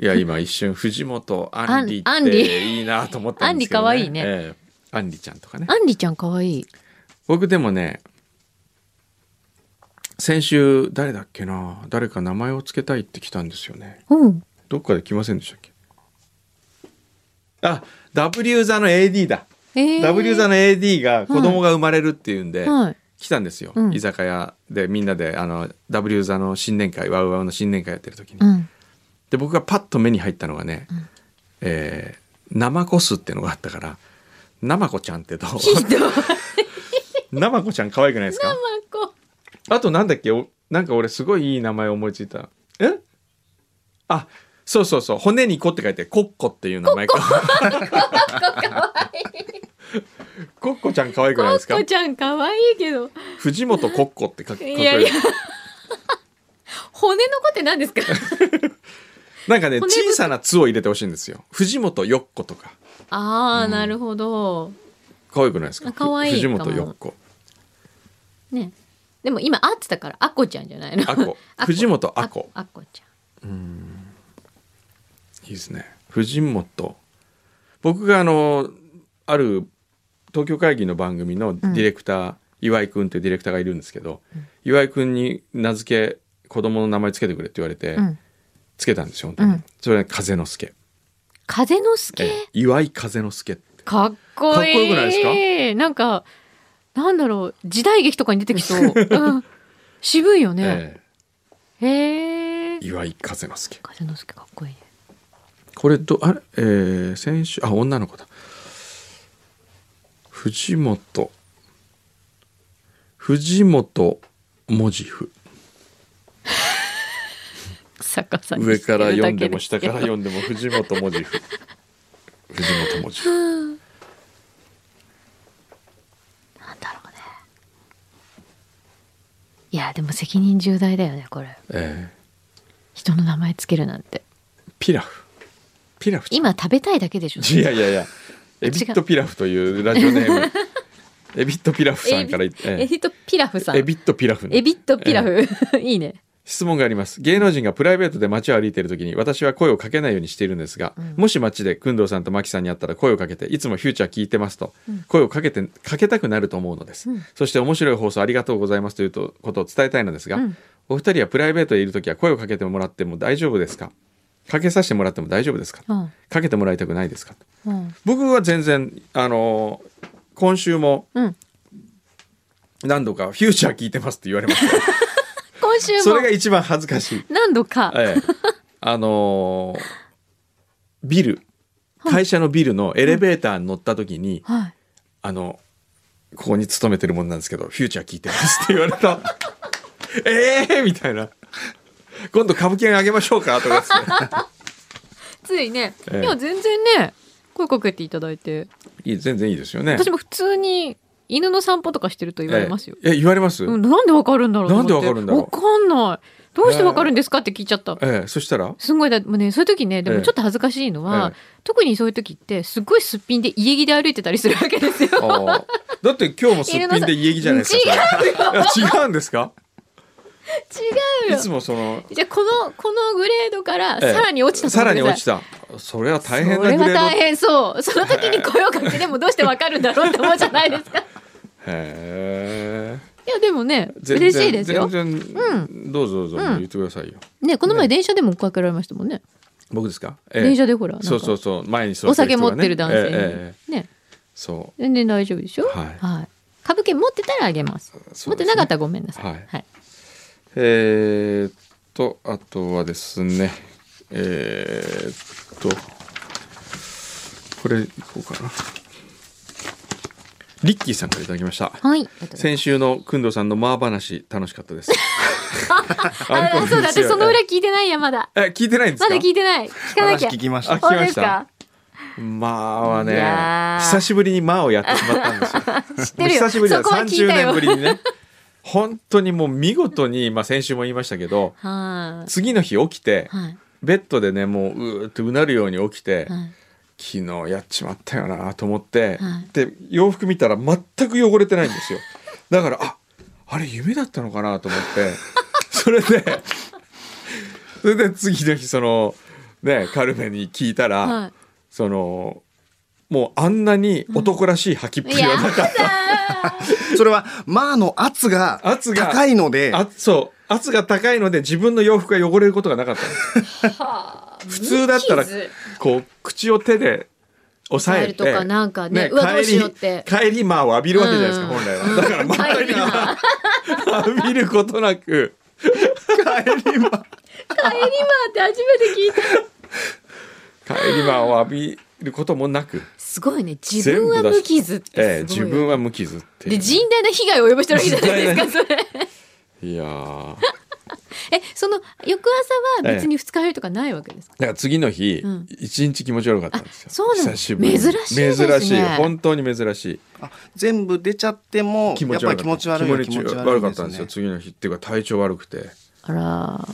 [SPEAKER 1] いや今一瞬藤本アンリ
[SPEAKER 2] あん
[SPEAKER 1] っ
[SPEAKER 2] アンリ
[SPEAKER 1] ていいなと思ったんですけど、ね、
[SPEAKER 2] アンリ可愛いね
[SPEAKER 1] ええアンリちゃんとかね
[SPEAKER 2] アンリちゃん可愛い
[SPEAKER 1] 僕でもね先週誰だっけな誰か名前をつけたいって来たんですよね
[SPEAKER 2] うん
[SPEAKER 1] どっかで来ませんでしたっけあ W 座の AD だ、
[SPEAKER 2] えー
[SPEAKER 1] W 座の AD が子供が生まれるっていうんで、
[SPEAKER 2] はい
[SPEAKER 1] 来たんですよ、
[SPEAKER 2] うん
[SPEAKER 1] 居酒屋でみんなであの W 座の新年会ワウワウの新年会やってる時に、
[SPEAKER 2] うん
[SPEAKER 1] で僕がパッと目に入ったのがね、えー生コスっていうのがあったからなまこちゃんってどう
[SPEAKER 2] ひどい。マ
[SPEAKER 1] なまこちゃん可愛くないですか
[SPEAKER 2] コ。
[SPEAKER 1] あとなんだっけおなんか俺すごいいい名前思いついたえあそうそうそう骨に「こ」って書いて「コッコ」っていう名前か コッコちゃん可愛くないで
[SPEAKER 2] コ
[SPEAKER 1] す
[SPEAKER 2] ッ
[SPEAKER 1] か
[SPEAKER 2] コちゃん可愛いけど、
[SPEAKER 1] 藤本コッコって書く
[SPEAKER 2] いやいや 骨の子って何で すか
[SPEAKER 1] なんかね
[SPEAKER 2] 骨太
[SPEAKER 1] 小さな「つ」を入れてほしいんですよ藤本よっことか
[SPEAKER 2] ああ、なるほど。
[SPEAKER 1] 可愛くないですか
[SPEAKER 2] あ可愛い
[SPEAKER 1] ふ藤本よっこ
[SPEAKER 2] ね。でも今、あってたから、あこちゃんじゃないの。
[SPEAKER 1] あこ藤本あこ
[SPEAKER 2] あこちゃん。
[SPEAKER 1] いいですね藤本僕があのある東京会議の番組のディレクター、岩井君っていうディレクターがいるんですけど、岩井君に名付け子供の名前つけてくれって言われて、
[SPEAKER 2] うん
[SPEAKER 1] つけたんですよ本当に、
[SPEAKER 2] うん
[SPEAKER 1] それは風之助、
[SPEAKER 2] 風の
[SPEAKER 1] え
[SPEAKER 2] 助。
[SPEAKER 1] え岩井風之助って
[SPEAKER 2] かっこいい。
[SPEAKER 1] かっこよくない
[SPEAKER 2] ですか。なんか、なんだろう、時代劇とかに出てきそう。 うん、渋いよね。
[SPEAKER 1] え
[SPEAKER 2] へ
[SPEAKER 1] え。
[SPEAKER 2] え
[SPEAKER 1] 岩井風之助
[SPEAKER 2] 風の助かっこいいね。
[SPEAKER 1] これどあれ、えー先週あ女の子だ藤本藤本文字符
[SPEAKER 2] 逆さに
[SPEAKER 1] 上から読んでも
[SPEAKER 2] して
[SPEAKER 1] 下
[SPEAKER 2] るだけ
[SPEAKER 1] から読
[SPEAKER 2] すけど
[SPEAKER 1] んでも藤本文字符 藤本文字符
[SPEAKER 2] なんだろうね。いや、でも責任重大だよね、これ。
[SPEAKER 1] え
[SPEAKER 2] 人の名前つけるなんて。
[SPEAKER 1] ーピラフピラフちゃん
[SPEAKER 2] 今食べたいだけでしょ。
[SPEAKER 1] いやいやいやエビットピラフというラジオネー ムエビットピラフさんからいえ
[SPEAKER 2] エビとピラフさん。
[SPEAKER 1] ーエビットピラフね
[SPEAKER 2] エビットピラ
[SPEAKER 1] えー
[SPEAKER 2] フ。 いいね。
[SPEAKER 1] 質問があります芸能人がプライベートで街を歩いている時に私は声をかけないようにしているんですが、もし街で工藤さんと真木さんに会ったら声をかけていつもフューチャー聞いてますと、声をかけてかけたくなると思うのです、そして面白い放送ありがとうございますというとことを伝えたいのですが、お二人はプライベートでいる時は声をかけてもらっても大丈夫ですかかけさせてもらっても大丈夫ですか、
[SPEAKER 2] うん。
[SPEAKER 1] かけてもらいたくないですか
[SPEAKER 2] うん。
[SPEAKER 1] 僕は全然あのー今週も
[SPEAKER 2] うん。
[SPEAKER 1] 何度かフューチャー聞いてますって言われました
[SPEAKER 2] 今週
[SPEAKER 1] それが
[SPEAKER 2] も
[SPEAKER 1] 一番恥ずかしい
[SPEAKER 2] 何度か。
[SPEAKER 1] ええ、あのービル会社のビルのエレベーターに乗った時に、
[SPEAKER 2] はい。
[SPEAKER 1] あのここに勤めてるもんなんですけど「フューチャー聞いてます」って言われた 「ええー!」みたいな「今度株券あげましょうか」とかです ね
[SPEAKER 2] ついね。
[SPEAKER 1] ええ
[SPEAKER 2] いや、全然ね、声かけていただいて。
[SPEAKER 1] いい全然いいですよね。
[SPEAKER 2] 私も普通に犬の散歩とかしてると言われますよ。
[SPEAKER 1] えええ言われます、
[SPEAKER 2] うん、なんでわかるんだろうと思って
[SPEAKER 1] なんでわかるんだろう
[SPEAKER 2] わかんない。どうしてわかるんですかって聞いちゃった。
[SPEAKER 1] ええ、そしたら
[SPEAKER 2] すごいだもうねそういう時ねで
[SPEAKER 1] え
[SPEAKER 2] も
[SPEAKER 1] え
[SPEAKER 2] ちょっと恥ずかしいのは、
[SPEAKER 1] え
[SPEAKER 2] 特にそういう時ってすごいすっぴんで家着で歩いてたりするわけです よ。
[SPEAKER 1] あーだって今日もすっぴんで家着じゃないですかそれいや違うんですか
[SPEAKER 2] 違う
[SPEAKER 1] い
[SPEAKER 2] よ
[SPEAKER 1] つもその
[SPEAKER 2] じゃあこのこのグレードから
[SPEAKER 1] ええ
[SPEAKER 2] さらに落ちたと
[SPEAKER 1] さ
[SPEAKER 2] 思
[SPEAKER 1] ら
[SPEAKER 2] っ
[SPEAKER 1] に
[SPEAKER 2] てくだ
[SPEAKER 1] 落
[SPEAKER 2] さい
[SPEAKER 1] ちたそれは大変
[SPEAKER 2] そ
[SPEAKER 1] な
[SPEAKER 2] れ
[SPEAKER 1] グ
[SPEAKER 2] は
[SPEAKER 1] レード
[SPEAKER 2] 大変そうその時に声をかけてもどうしてわかるんだろうって思うじゃないです かい
[SPEAKER 1] へえ
[SPEAKER 2] やでもね
[SPEAKER 1] 全然
[SPEAKER 2] 嬉しいですよ、
[SPEAKER 1] 全然、どうぞどうぞ
[SPEAKER 2] ん
[SPEAKER 1] 言ってくださいよ、
[SPEAKER 2] ね、この前電車でも声かけられましたもんね、
[SPEAKER 1] 僕ですか、ええ
[SPEAKER 2] 電車でほらなんか
[SPEAKER 1] そうそうそう前に座
[SPEAKER 2] お
[SPEAKER 1] ってる
[SPEAKER 2] 酒
[SPEAKER 1] 人
[SPEAKER 2] 持
[SPEAKER 1] がね
[SPEAKER 2] ってる男性に、
[SPEAKER 1] ええええ
[SPEAKER 2] ね
[SPEAKER 1] そ
[SPEAKER 2] 全然大丈夫でしょ
[SPEAKER 1] はい
[SPEAKER 2] 株券持ってたらあげます
[SPEAKER 1] す
[SPEAKER 2] 持
[SPEAKER 1] ね
[SPEAKER 2] ってなかったらごめんなさい
[SPEAKER 1] はいうえー、っとあとはですねえー、っとこれいこうかなリッキーさんからいただきました
[SPEAKER 2] はい、ありがとうございます
[SPEAKER 1] 先週の工藤さんのまあ話楽しか ったですあ
[SPEAKER 2] あそうだ私その裏聞いてないやまだ
[SPEAKER 1] え聞いてないんです
[SPEAKER 2] ま
[SPEAKER 1] か
[SPEAKER 2] だ聞いてない聞かなき
[SPEAKER 3] 話
[SPEAKER 2] ゃ
[SPEAKER 3] 聞きまし
[SPEAKER 1] あ
[SPEAKER 3] た
[SPEAKER 1] 聞。き
[SPEAKER 2] 本当
[SPEAKER 1] ま
[SPEAKER 2] で
[SPEAKER 1] し
[SPEAKER 2] す
[SPEAKER 1] た
[SPEAKER 2] か
[SPEAKER 1] まあはね
[SPEAKER 2] いやー
[SPEAKER 1] 久しぶりにまあをやってしまったん ですよ
[SPEAKER 2] 知ってるよ
[SPEAKER 1] 久しぶりだ
[SPEAKER 2] そこは聞
[SPEAKER 1] 30
[SPEAKER 2] いたよ
[SPEAKER 1] 年ぶりにね本当にもう見事に、まあ、先週も言いましたけど
[SPEAKER 2] はい
[SPEAKER 1] 次の日起きて
[SPEAKER 2] はい
[SPEAKER 1] ベッドでねもううーってうなるように起きて、
[SPEAKER 2] はい
[SPEAKER 1] 昨日やっちまったよなと思って、
[SPEAKER 2] はい
[SPEAKER 1] で洋服見たら全く汚れてないんですよだからああれ夢だったのかなと思って それでそれで次の日そのねカルメに聞いたら、
[SPEAKER 2] はい
[SPEAKER 1] そのもうあんなに男らしい履きっぷり
[SPEAKER 2] いや
[SPEAKER 1] はなかった
[SPEAKER 3] それは、まあの圧が
[SPEAKER 1] 圧が
[SPEAKER 3] 高いので、
[SPEAKER 1] あそう圧が高いので自分の洋服が汚れることがなかったの普通だったら
[SPEAKER 2] 傷
[SPEAKER 1] こう口を手で押さえて
[SPEAKER 2] 押さえるとかなんかねうわどうしようって
[SPEAKER 1] 帰り帰りまあを浴びるわけじゃないですか、
[SPEAKER 2] うん
[SPEAKER 1] 本来はだからまあ
[SPEAKER 2] 帰りま
[SPEAKER 1] 浴びることなく
[SPEAKER 3] 帰りま、
[SPEAKER 2] 帰りまって初めて聞いた
[SPEAKER 1] 帰りまあを浴びることもなく、
[SPEAKER 2] すごいね。自分は無傷ってすごいよね、
[SPEAKER 1] ええ自分は無傷っていう
[SPEAKER 2] で、甚大な被害を及ぼしてるわけじゃないです か、それ。
[SPEAKER 1] いやー
[SPEAKER 2] え、その、翌朝は別に二日酔いとかないわけですか、
[SPEAKER 1] だから次の日
[SPEAKER 2] うん
[SPEAKER 1] 一、日気持ち悪かったんですよ
[SPEAKER 2] あそうなの
[SPEAKER 1] 久しぶりに
[SPEAKER 2] 珍しいですね
[SPEAKER 1] 珍しい本当に珍しい
[SPEAKER 3] あ全部出ちゃって も
[SPEAKER 1] 気持ち
[SPEAKER 3] やっ
[SPEAKER 1] 悪かった
[SPEAKER 3] ぱり気持ち悪いは気持ち悪い
[SPEAKER 1] 悪かったんですよ
[SPEAKER 3] ね
[SPEAKER 1] 次の日っていうか体調悪くて
[SPEAKER 2] あら、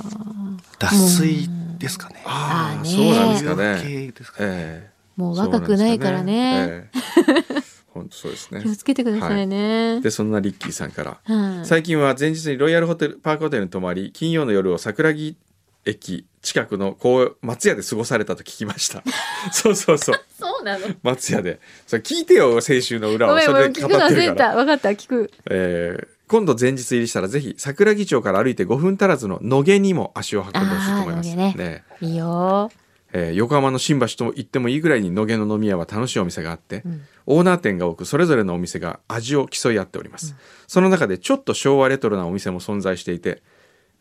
[SPEAKER 3] 脱水ですかね
[SPEAKER 1] ああ
[SPEAKER 2] あーね
[SPEAKER 1] そうなんですか
[SPEAKER 3] そういう
[SPEAKER 1] ね
[SPEAKER 3] 系ですか
[SPEAKER 1] ええ
[SPEAKER 2] もう若くないからね。
[SPEAKER 1] そうなんですかねえ え本当そうですね
[SPEAKER 2] 気をつけてくださいね。
[SPEAKER 1] でそんなリッキーさんから
[SPEAKER 2] はい
[SPEAKER 1] 最近は前日にロイヤルホテルパークホテルに泊まり金曜の夜を桜木駅近くの公松屋で過ごされたと聞きました そうそうそう
[SPEAKER 2] そうなの。
[SPEAKER 1] 松屋でそれ聞いてよ先週の裏
[SPEAKER 2] ご
[SPEAKER 1] を
[SPEAKER 2] めん、
[SPEAKER 1] そ
[SPEAKER 2] ごめ
[SPEAKER 1] れ
[SPEAKER 2] ん、
[SPEAKER 1] で
[SPEAKER 2] 聞
[SPEAKER 1] 語
[SPEAKER 2] くの
[SPEAKER 1] って
[SPEAKER 2] 忘れ
[SPEAKER 1] る
[SPEAKER 2] て
[SPEAKER 1] から、
[SPEAKER 2] た。わかった、聞く。
[SPEAKER 1] えー今度前日入りしたらぜひ桜木町から歩いて5分足らずの野毛にも足を運んでほしいと思います
[SPEAKER 2] あー野毛ねいいよ。
[SPEAKER 1] えー横浜の新橋と言ってもいいぐらいに野毛の飲み屋は楽しいお店があって、
[SPEAKER 2] うん
[SPEAKER 1] オーナー店が多くそれぞれのお店が味を競い合っております、その中でちょっと昭和レトロなお店も存在していて、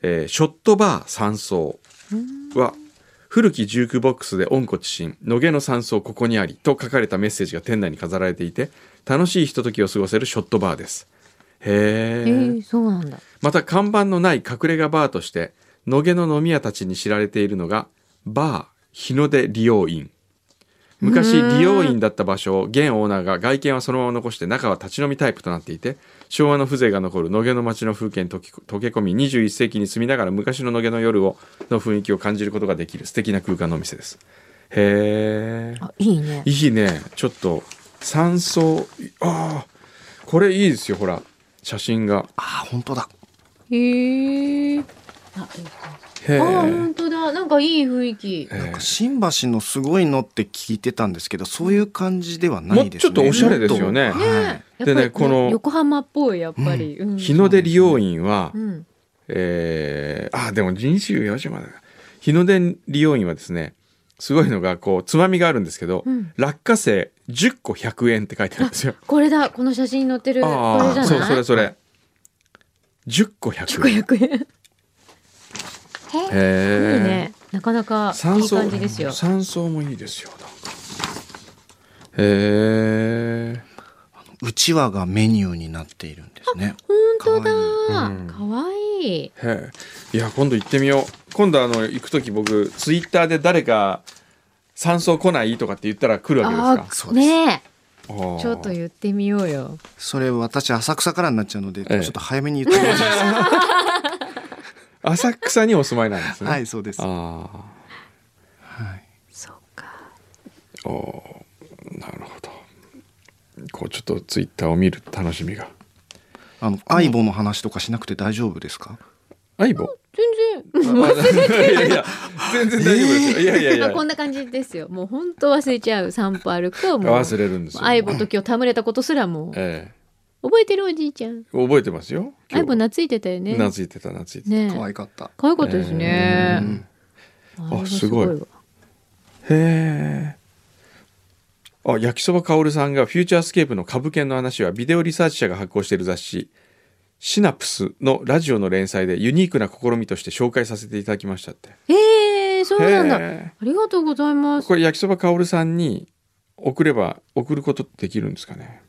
[SPEAKER 1] えーショットバー三層は古きジュークボックスで温故知新野毛の三層ここにありと書かれたメッセージが店内に飾られていて楽しいひとときを過ごせるショットバーですへ
[SPEAKER 2] え
[SPEAKER 1] え
[SPEAKER 2] ー、そうなんだ。
[SPEAKER 1] また看板のない隠れ家バーとして野毛の飲み屋たちに知られているのがバー日の出利用院昔
[SPEAKER 2] うーん
[SPEAKER 1] 利用院だった場所を現オーナーが外見はそのまま残して中は立ち飲みタイプとなっていて昭和の風情が残る野毛の街の風景に溶け溶け込み21世紀に住みながら昔の野毛の夜をの雰囲気を感じることができる素敵な空間のお店ですへえ
[SPEAKER 2] あ、いいね。
[SPEAKER 1] いいねちょっと山荘ああこれいいですよほら写真が
[SPEAKER 3] あー本当だ
[SPEAKER 2] へえ。あ、
[SPEAKER 1] へえ
[SPEAKER 2] あ、本当だ。なんかいい雰囲気。
[SPEAKER 1] え
[SPEAKER 3] なんか
[SPEAKER 1] え
[SPEAKER 3] 新橋のすごいのって聞いてたんですけどそういう感じではな
[SPEAKER 1] も
[SPEAKER 3] いうですね
[SPEAKER 1] ちょっとおしゃれですよね。
[SPEAKER 3] もっとはい
[SPEAKER 2] ねえ。
[SPEAKER 1] でね
[SPEAKER 2] やっぱり
[SPEAKER 1] この
[SPEAKER 2] 横浜っぽい、やっぱり。うん
[SPEAKER 1] 日の出利用院は、
[SPEAKER 2] うん。
[SPEAKER 1] えーあでも24時までだ日の出利用院はですねすごいのがこうつまみがあるんですけど、
[SPEAKER 2] うん
[SPEAKER 1] 落花生10個100円って書いてあるんですよ。
[SPEAKER 2] これだ。この写真に載ってる。これじ
[SPEAKER 1] あ
[SPEAKER 2] ゃ
[SPEAKER 1] あ
[SPEAKER 2] ない。
[SPEAKER 1] そうそれそれ10個100円。へ
[SPEAKER 2] 500円。
[SPEAKER 1] え
[SPEAKER 2] いいね。なかなかい
[SPEAKER 1] 山
[SPEAKER 2] い
[SPEAKER 1] 荘
[SPEAKER 2] 感じですよ。
[SPEAKER 1] 山荘もいいですよなんか。へえ
[SPEAKER 3] うちわがメニューになっているんですね
[SPEAKER 2] 本当
[SPEAKER 1] 可愛いうん
[SPEAKER 2] だ。可愛いい。
[SPEAKER 1] へえいや今度行ってみよう今度あの行く時僕ツイッターで誰か山荘来ないとかって言ったら来るわけ
[SPEAKER 2] あ
[SPEAKER 1] ですか
[SPEAKER 3] そ
[SPEAKER 2] あ、
[SPEAKER 3] うです
[SPEAKER 2] ね
[SPEAKER 1] ち
[SPEAKER 2] え。ちょ
[SPEAKER 1] ょ
[SPEAKER 2] っと言ってみようよ。
[SPEAKER 3] それ私浅草からになっちゃうので、
[SPEAKER 1] ええ
[SPEAKER 3] ちょっと早めに言ってもらっていいですか
[SPEAKER 1] 浅草にお住まいなんですね
[SPEAKER 3] はいそうです、は
[SPEAKER 1] あ
[SPEAKER 3] い、
[SPEAKER 2] そうか。
[SPEAKER 1] あおーなるほどこうちょっとツイッターを見る楽しみが
[SPEAKER 3] あの相棒の話とかしなくて大丈夫ですか
[SPEAKER 1] 相棒
[SPEAKER 2] 全然。
[SPEAKER 1] いやいや全然大丈夫ですよ、いやいやい
[SPEAKER 2] まあ
[SPEAKER 1] や
[SPEAKER 2] こんな感じですよ。もう本当忘れちゃう。散歩歩くともう。
[SPEAKER 1] 忘れるんですよ
[SPEAKER 2] 相棒と今日戯れたことすらもう
[SPEAKER 1] え
[SPEAKER 2] 覚えてるおじいちゃん。
[SPEAKER 1] え覚えてますよ今
[SPEAKER 2] 相
[SPEAKER 1] 日
[SPEAKER 2] 棒懐いてたよね。
[SPEAKER 1] 懐いてた懐いてた、
[SPEAKER 2] ね
[SPEAKER 3] 可
[SPEAKER 2] え。
[SPEAKER 3] 愛かった
[SPEAKER 2] 可愛かったですね
[SPEAKER 1] う。ん
[SPEAKER 2] 相棒
[SPEAKER 1] あすごい
[SPEAKER 2] わ。
[SPEAKER 1] へえ。あ、焼きそばかおるさんがフューチャースケープの株券の話はビデオリサーチ社が発行している雑誌シナプスのラジオの連載でユニークな試みとして紹介させていただきましたって。
[SPEAKER 2] ええ、そうなんだ。あ
[SPEAKER 1] へ
[SPEAKER 2] りがとうございま
[SPEAKER 1] え。
[SPEAKER 2] す。
[SPEAKER 1] これ焼きそばかおるさんに送れば送ることってできるんですかね。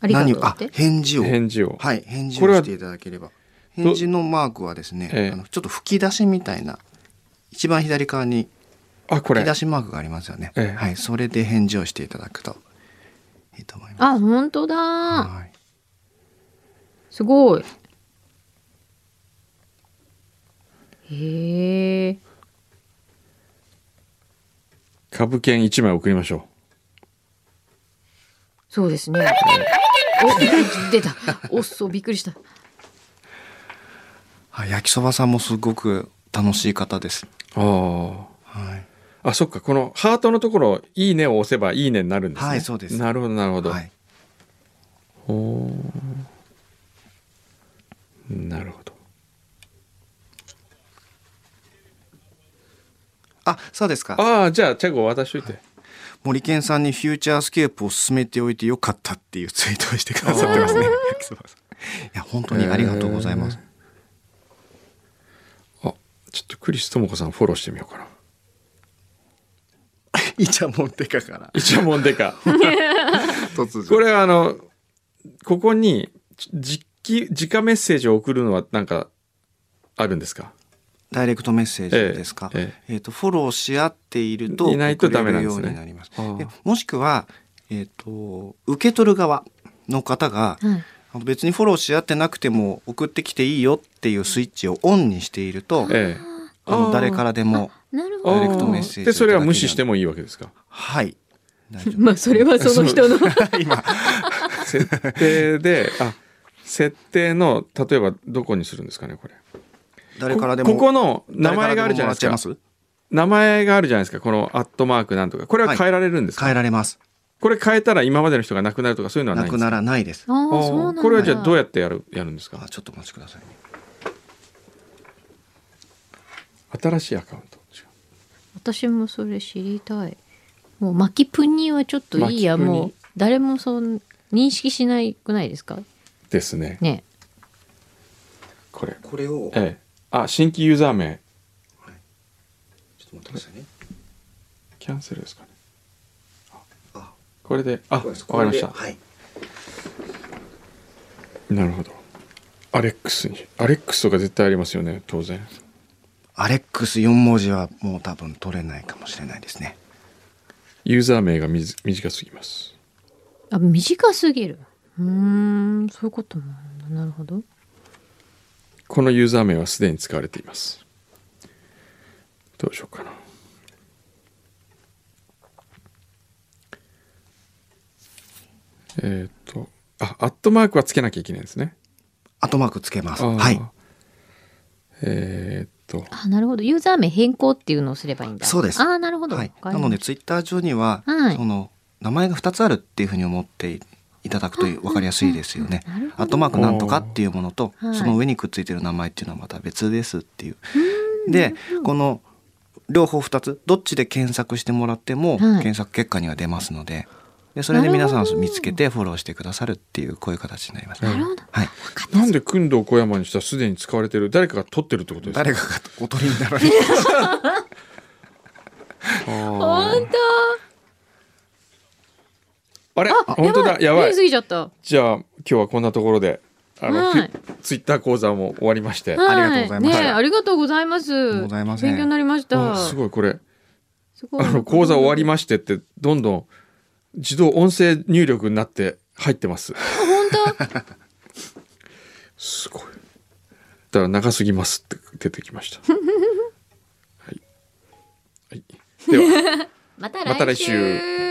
[SPEAKER 2] ありがとう
[SPEAKER 3] 何を
[SPEAKER 2] っ
[SPEAKER 3] あ
[SPEAKER 2] て。
[SPEAKER 3] 返事を
[SPEAKER 1] 返事を。
[SPEAKER 3] はい返事
[SPEAKER 1] これ
[SPEAKER 3] を
[SPEAKER 1] は
[SPEAKER 3] していただければ返事のマークはですね、
[SPEAKER 1] ええ
[SPEAKER 3] あのちょっと吹き出しみたいな一番左側に
[SPEAKER 1] あ、こ
[SPEAKER 3] 吹
[SPEAKER 1] れ
[SPEAKER 3] き出。しマークがありますよね、
[SPEAKER 1] ええ
[SPEAKER 3] はいそれで返事をしていただくといいと思います
[SPEAKER 2] あ、本当だ。
[SPEAKER 3] はい
[SPEAKER 2] すごい。へえ。
[SPEAKER 1] 株券一枚送りましょ
[SPEAKER 2] そうですね。お、出た。おっそう、びっくりした。
[SPEAKER 3] あ焼きそばさんもすごく楽しい方です
[SPEAKER 1] う。ああ。
[SPEAKER 3] はい
[SPEAKER 1] あ、そっか。このハートのところ、いいねを押せばいいねになるんですね。
[SPEAKER 3] はいそうです
[SPEAKER 1] なるほど、なるほど。
[SPEAKER 3] はい
[SPEAKER 1] おなるほど
[SPEAKER 3] あそうですか
[SPEAKER 1] ああじゃあチャゴ渡しといて、
[SPEAKER 3] 森健さんにフューチャースケープを進めておいてよかったっていうツイートをしてくださっ てますね焼きそばさんいや本当にありがとうございます、
[SPEAKER 1] あちょっとクリス智子さんフォローしてみようかな
[SPEAKER 3] イチャモンデカから
[SPEAKER 1] イチャモンデ カ。
[SPEAKER 3] 突然
[SPEAKER 1] これはあの、ここに、じ直、直メッセージを送るのはなんか、あるんですか
[SPEAKER 3] ダイレクトメッセージですか。えっ
[SPEAKER 1] え、
[SPEAKER 3] とフォローし合っていると
[SPEAKER 1] いないとダメなんですね
[SPEAKER 3] 送れるようになります。
[SPEAKER 1] ああ
[SPEAKER 3] でもしくはえっ、と受け取る側の方が
[SPEAKER 2] はい。
[SPEAKER 3] あの別にフォローし合ってなくても送ってきていいよっていうスイッチをオンにしていると、
[SPEAKER 1] ええ。
[SPEAKER 3] あの
[SPEAKER 2] ああ
[SPEAKER 3] 誰からでも
[SPEAKER 2] なるほ
[SPEAKER 1] あ
[SPEAKER 3] ダ
[SPEAKER 1] ー
[SPEAKER 3] イレ
[SPEAKER 2] ど。
[SPEAKER 3] クトメッセージ
[SPEAKER 1] で、それは無視してもいいわけですか
[SPEAKER 3] はい大丈夫
[SPEAKER 2] まあそれはその人の
[SPEAKER 3] 今
[SPEAKER 1] 設定 で、あ、設定の、例えばどこにするんですかね、これ。
[SPEAKER 3] 誰からでも
[SPEAKER 1] こここの名前があるじゃないですか。
[SPEAKER 3] 誰らでももらっちゃい
[SPEAKER 1] 名前があるじゃないですか。このアットマークなんとか。これは変えられるんで
[SPEAKER 3] ますす
[SPEAKER 1] か、
[SPEAKER 3] 変えられます。
[SPEAKER 1] これ変えたら今までの人が亡くなるとかそういうのはない
[SPEAKER 3] な
[SPEAKER 1] で
[SPEAKER 3] んく
[SPEAKER 1] すか
[SPEAKER 3] ならないです。
[SPEAKER 2] ああそうな
[SPEAKER 1] あ
[SPEAKER 2] ん
[SPEAKER 1] ー
[SPEAKER 2] だ
[SPEAKER 1] これはじゃあどうやってやるやるんですか
[SPEAKER 3] あちょっとお待ちくださいね。
[SPEAKER 1] 新しいアカウント。違う
[SPEAKER 2] 私もそれ知りたいもう巻きプニはちょっといいや
[SPEAKER 1] 巻きプニ
[SPEAKER 2] もう誰もそん認識しないくないですか
[SPEAKER 1] ですね。
[SPEAKER 2] ね
[SPEAKER 1] これ。
[SPEAKER 3] これを
[SPEAKER 1] ええ。あ、新規ユーザー名。
[SPEAKER 3] ちょっと待ってくださいね。
[SPEAKER 1] キャンセルですかね。
[SPEAKER 3] あ
[SPEAKER 1] これで、あ、わかりました。
[SPEAKER 3] い。
[SPEAKER 1] なるほど。アレックスに。アレックスとか絶対ありますよね、当然。
[SPEAKER 3] アレックス4文字はもう多分取れないかもしれないですね。
[SPEAKER 1] ユーザー名がみず短すぎます。
[SPEAKER 2] あ短すぎるうーんそういうこともあるんだなるほど
[SPEAKER 1] このユーザー名はすでに使われています。どうしようかな。えっ、と、あ、アットマークはつけなきゃいけないんですね。
[SPEAKER 3] 後マークつけます。
[SPEAKER 1] あー
[SPEAKER 3] はい。。
[SPEAKER 1] えっ、と、
[SPEAKER 2] あなるほどユーザー名変更っていうのをすればいいんだ
[SPEAKER 3] そうです
[SPEAKER 2] あなるほど、
[SPEAKER 3] はい。
[SPEAKER 2] わか
[SPEAKER 3] な
[SPEAKER 2] りました
[SPEAKER 3] のでツイッター上には、
[SPEAKER 2] はい
[SPEAKER 3] その名前が2つあるっていうふうに思っていただくと分かりやすいですよね
[SPEAKER 2] うんうんうんなる。ほど
[SPEAKER 3] アットマークなんとかっていうものと、
[SPEAKER 2] はい
[SPEAKER 3] その上にくっついてる名前っていうのはまた別ですっていう。で、この両方2つどっちで検索してもらっても、
[SPEAKER 2] い
[SPEAKER 3] 検索結果には出ますので。でそれで皆さん見つけてフォローしてくださるっていうこういう形になります。
[SPEAKER 1] な
[SPEAKER 2] るほど
[SPEAKER 3] はい。
[SPEAKER 1] なんで工藤小山にしたらすでに使われてる誰かが取ってるってことですか
[SPEAKER 3] 誰かがおとりになられてる
[SPEAKER 1] あー
[SPEAKER 2] 本当
[SPEAKER 1] あれ
[SPEAKER 2] あ
[SPEAKER 1] 本当だ、やばい
[SPEAKER 2] 過。ぎちゃった
[SPEAKER 1] じゃあ今日はこんなところであの、
[SPEAKER 2] はい
[SPEAKER 1] ツイッター講座も終わりまして、
[SPEAKER 2] は
[SPEAKER 3] ありがとうございました
[SPEAKER 2] ねえありがとうございま
[SPEAKER 3] と
[SPEAKER 2] す
[SPEAKER 3] うございません
[SPEAKER 2] 勉強になりました
[SPEAKER 1] あすごいこれ
[SPEAKER 2] すごい
[SPEAKER 1] あの 講座終わりましてってどんどん自動音声入力になって入ってます
[SPEAKER 2] 本当
[SPEAKER 1] すごいだから長すぎますって出てきましたはい、はい、では
[SPEAKER 2] また
[SPEAKER 1] また来
[SPEAKER 2] 来
[SPEAKER 1] 週
[SPEAKER 2] 週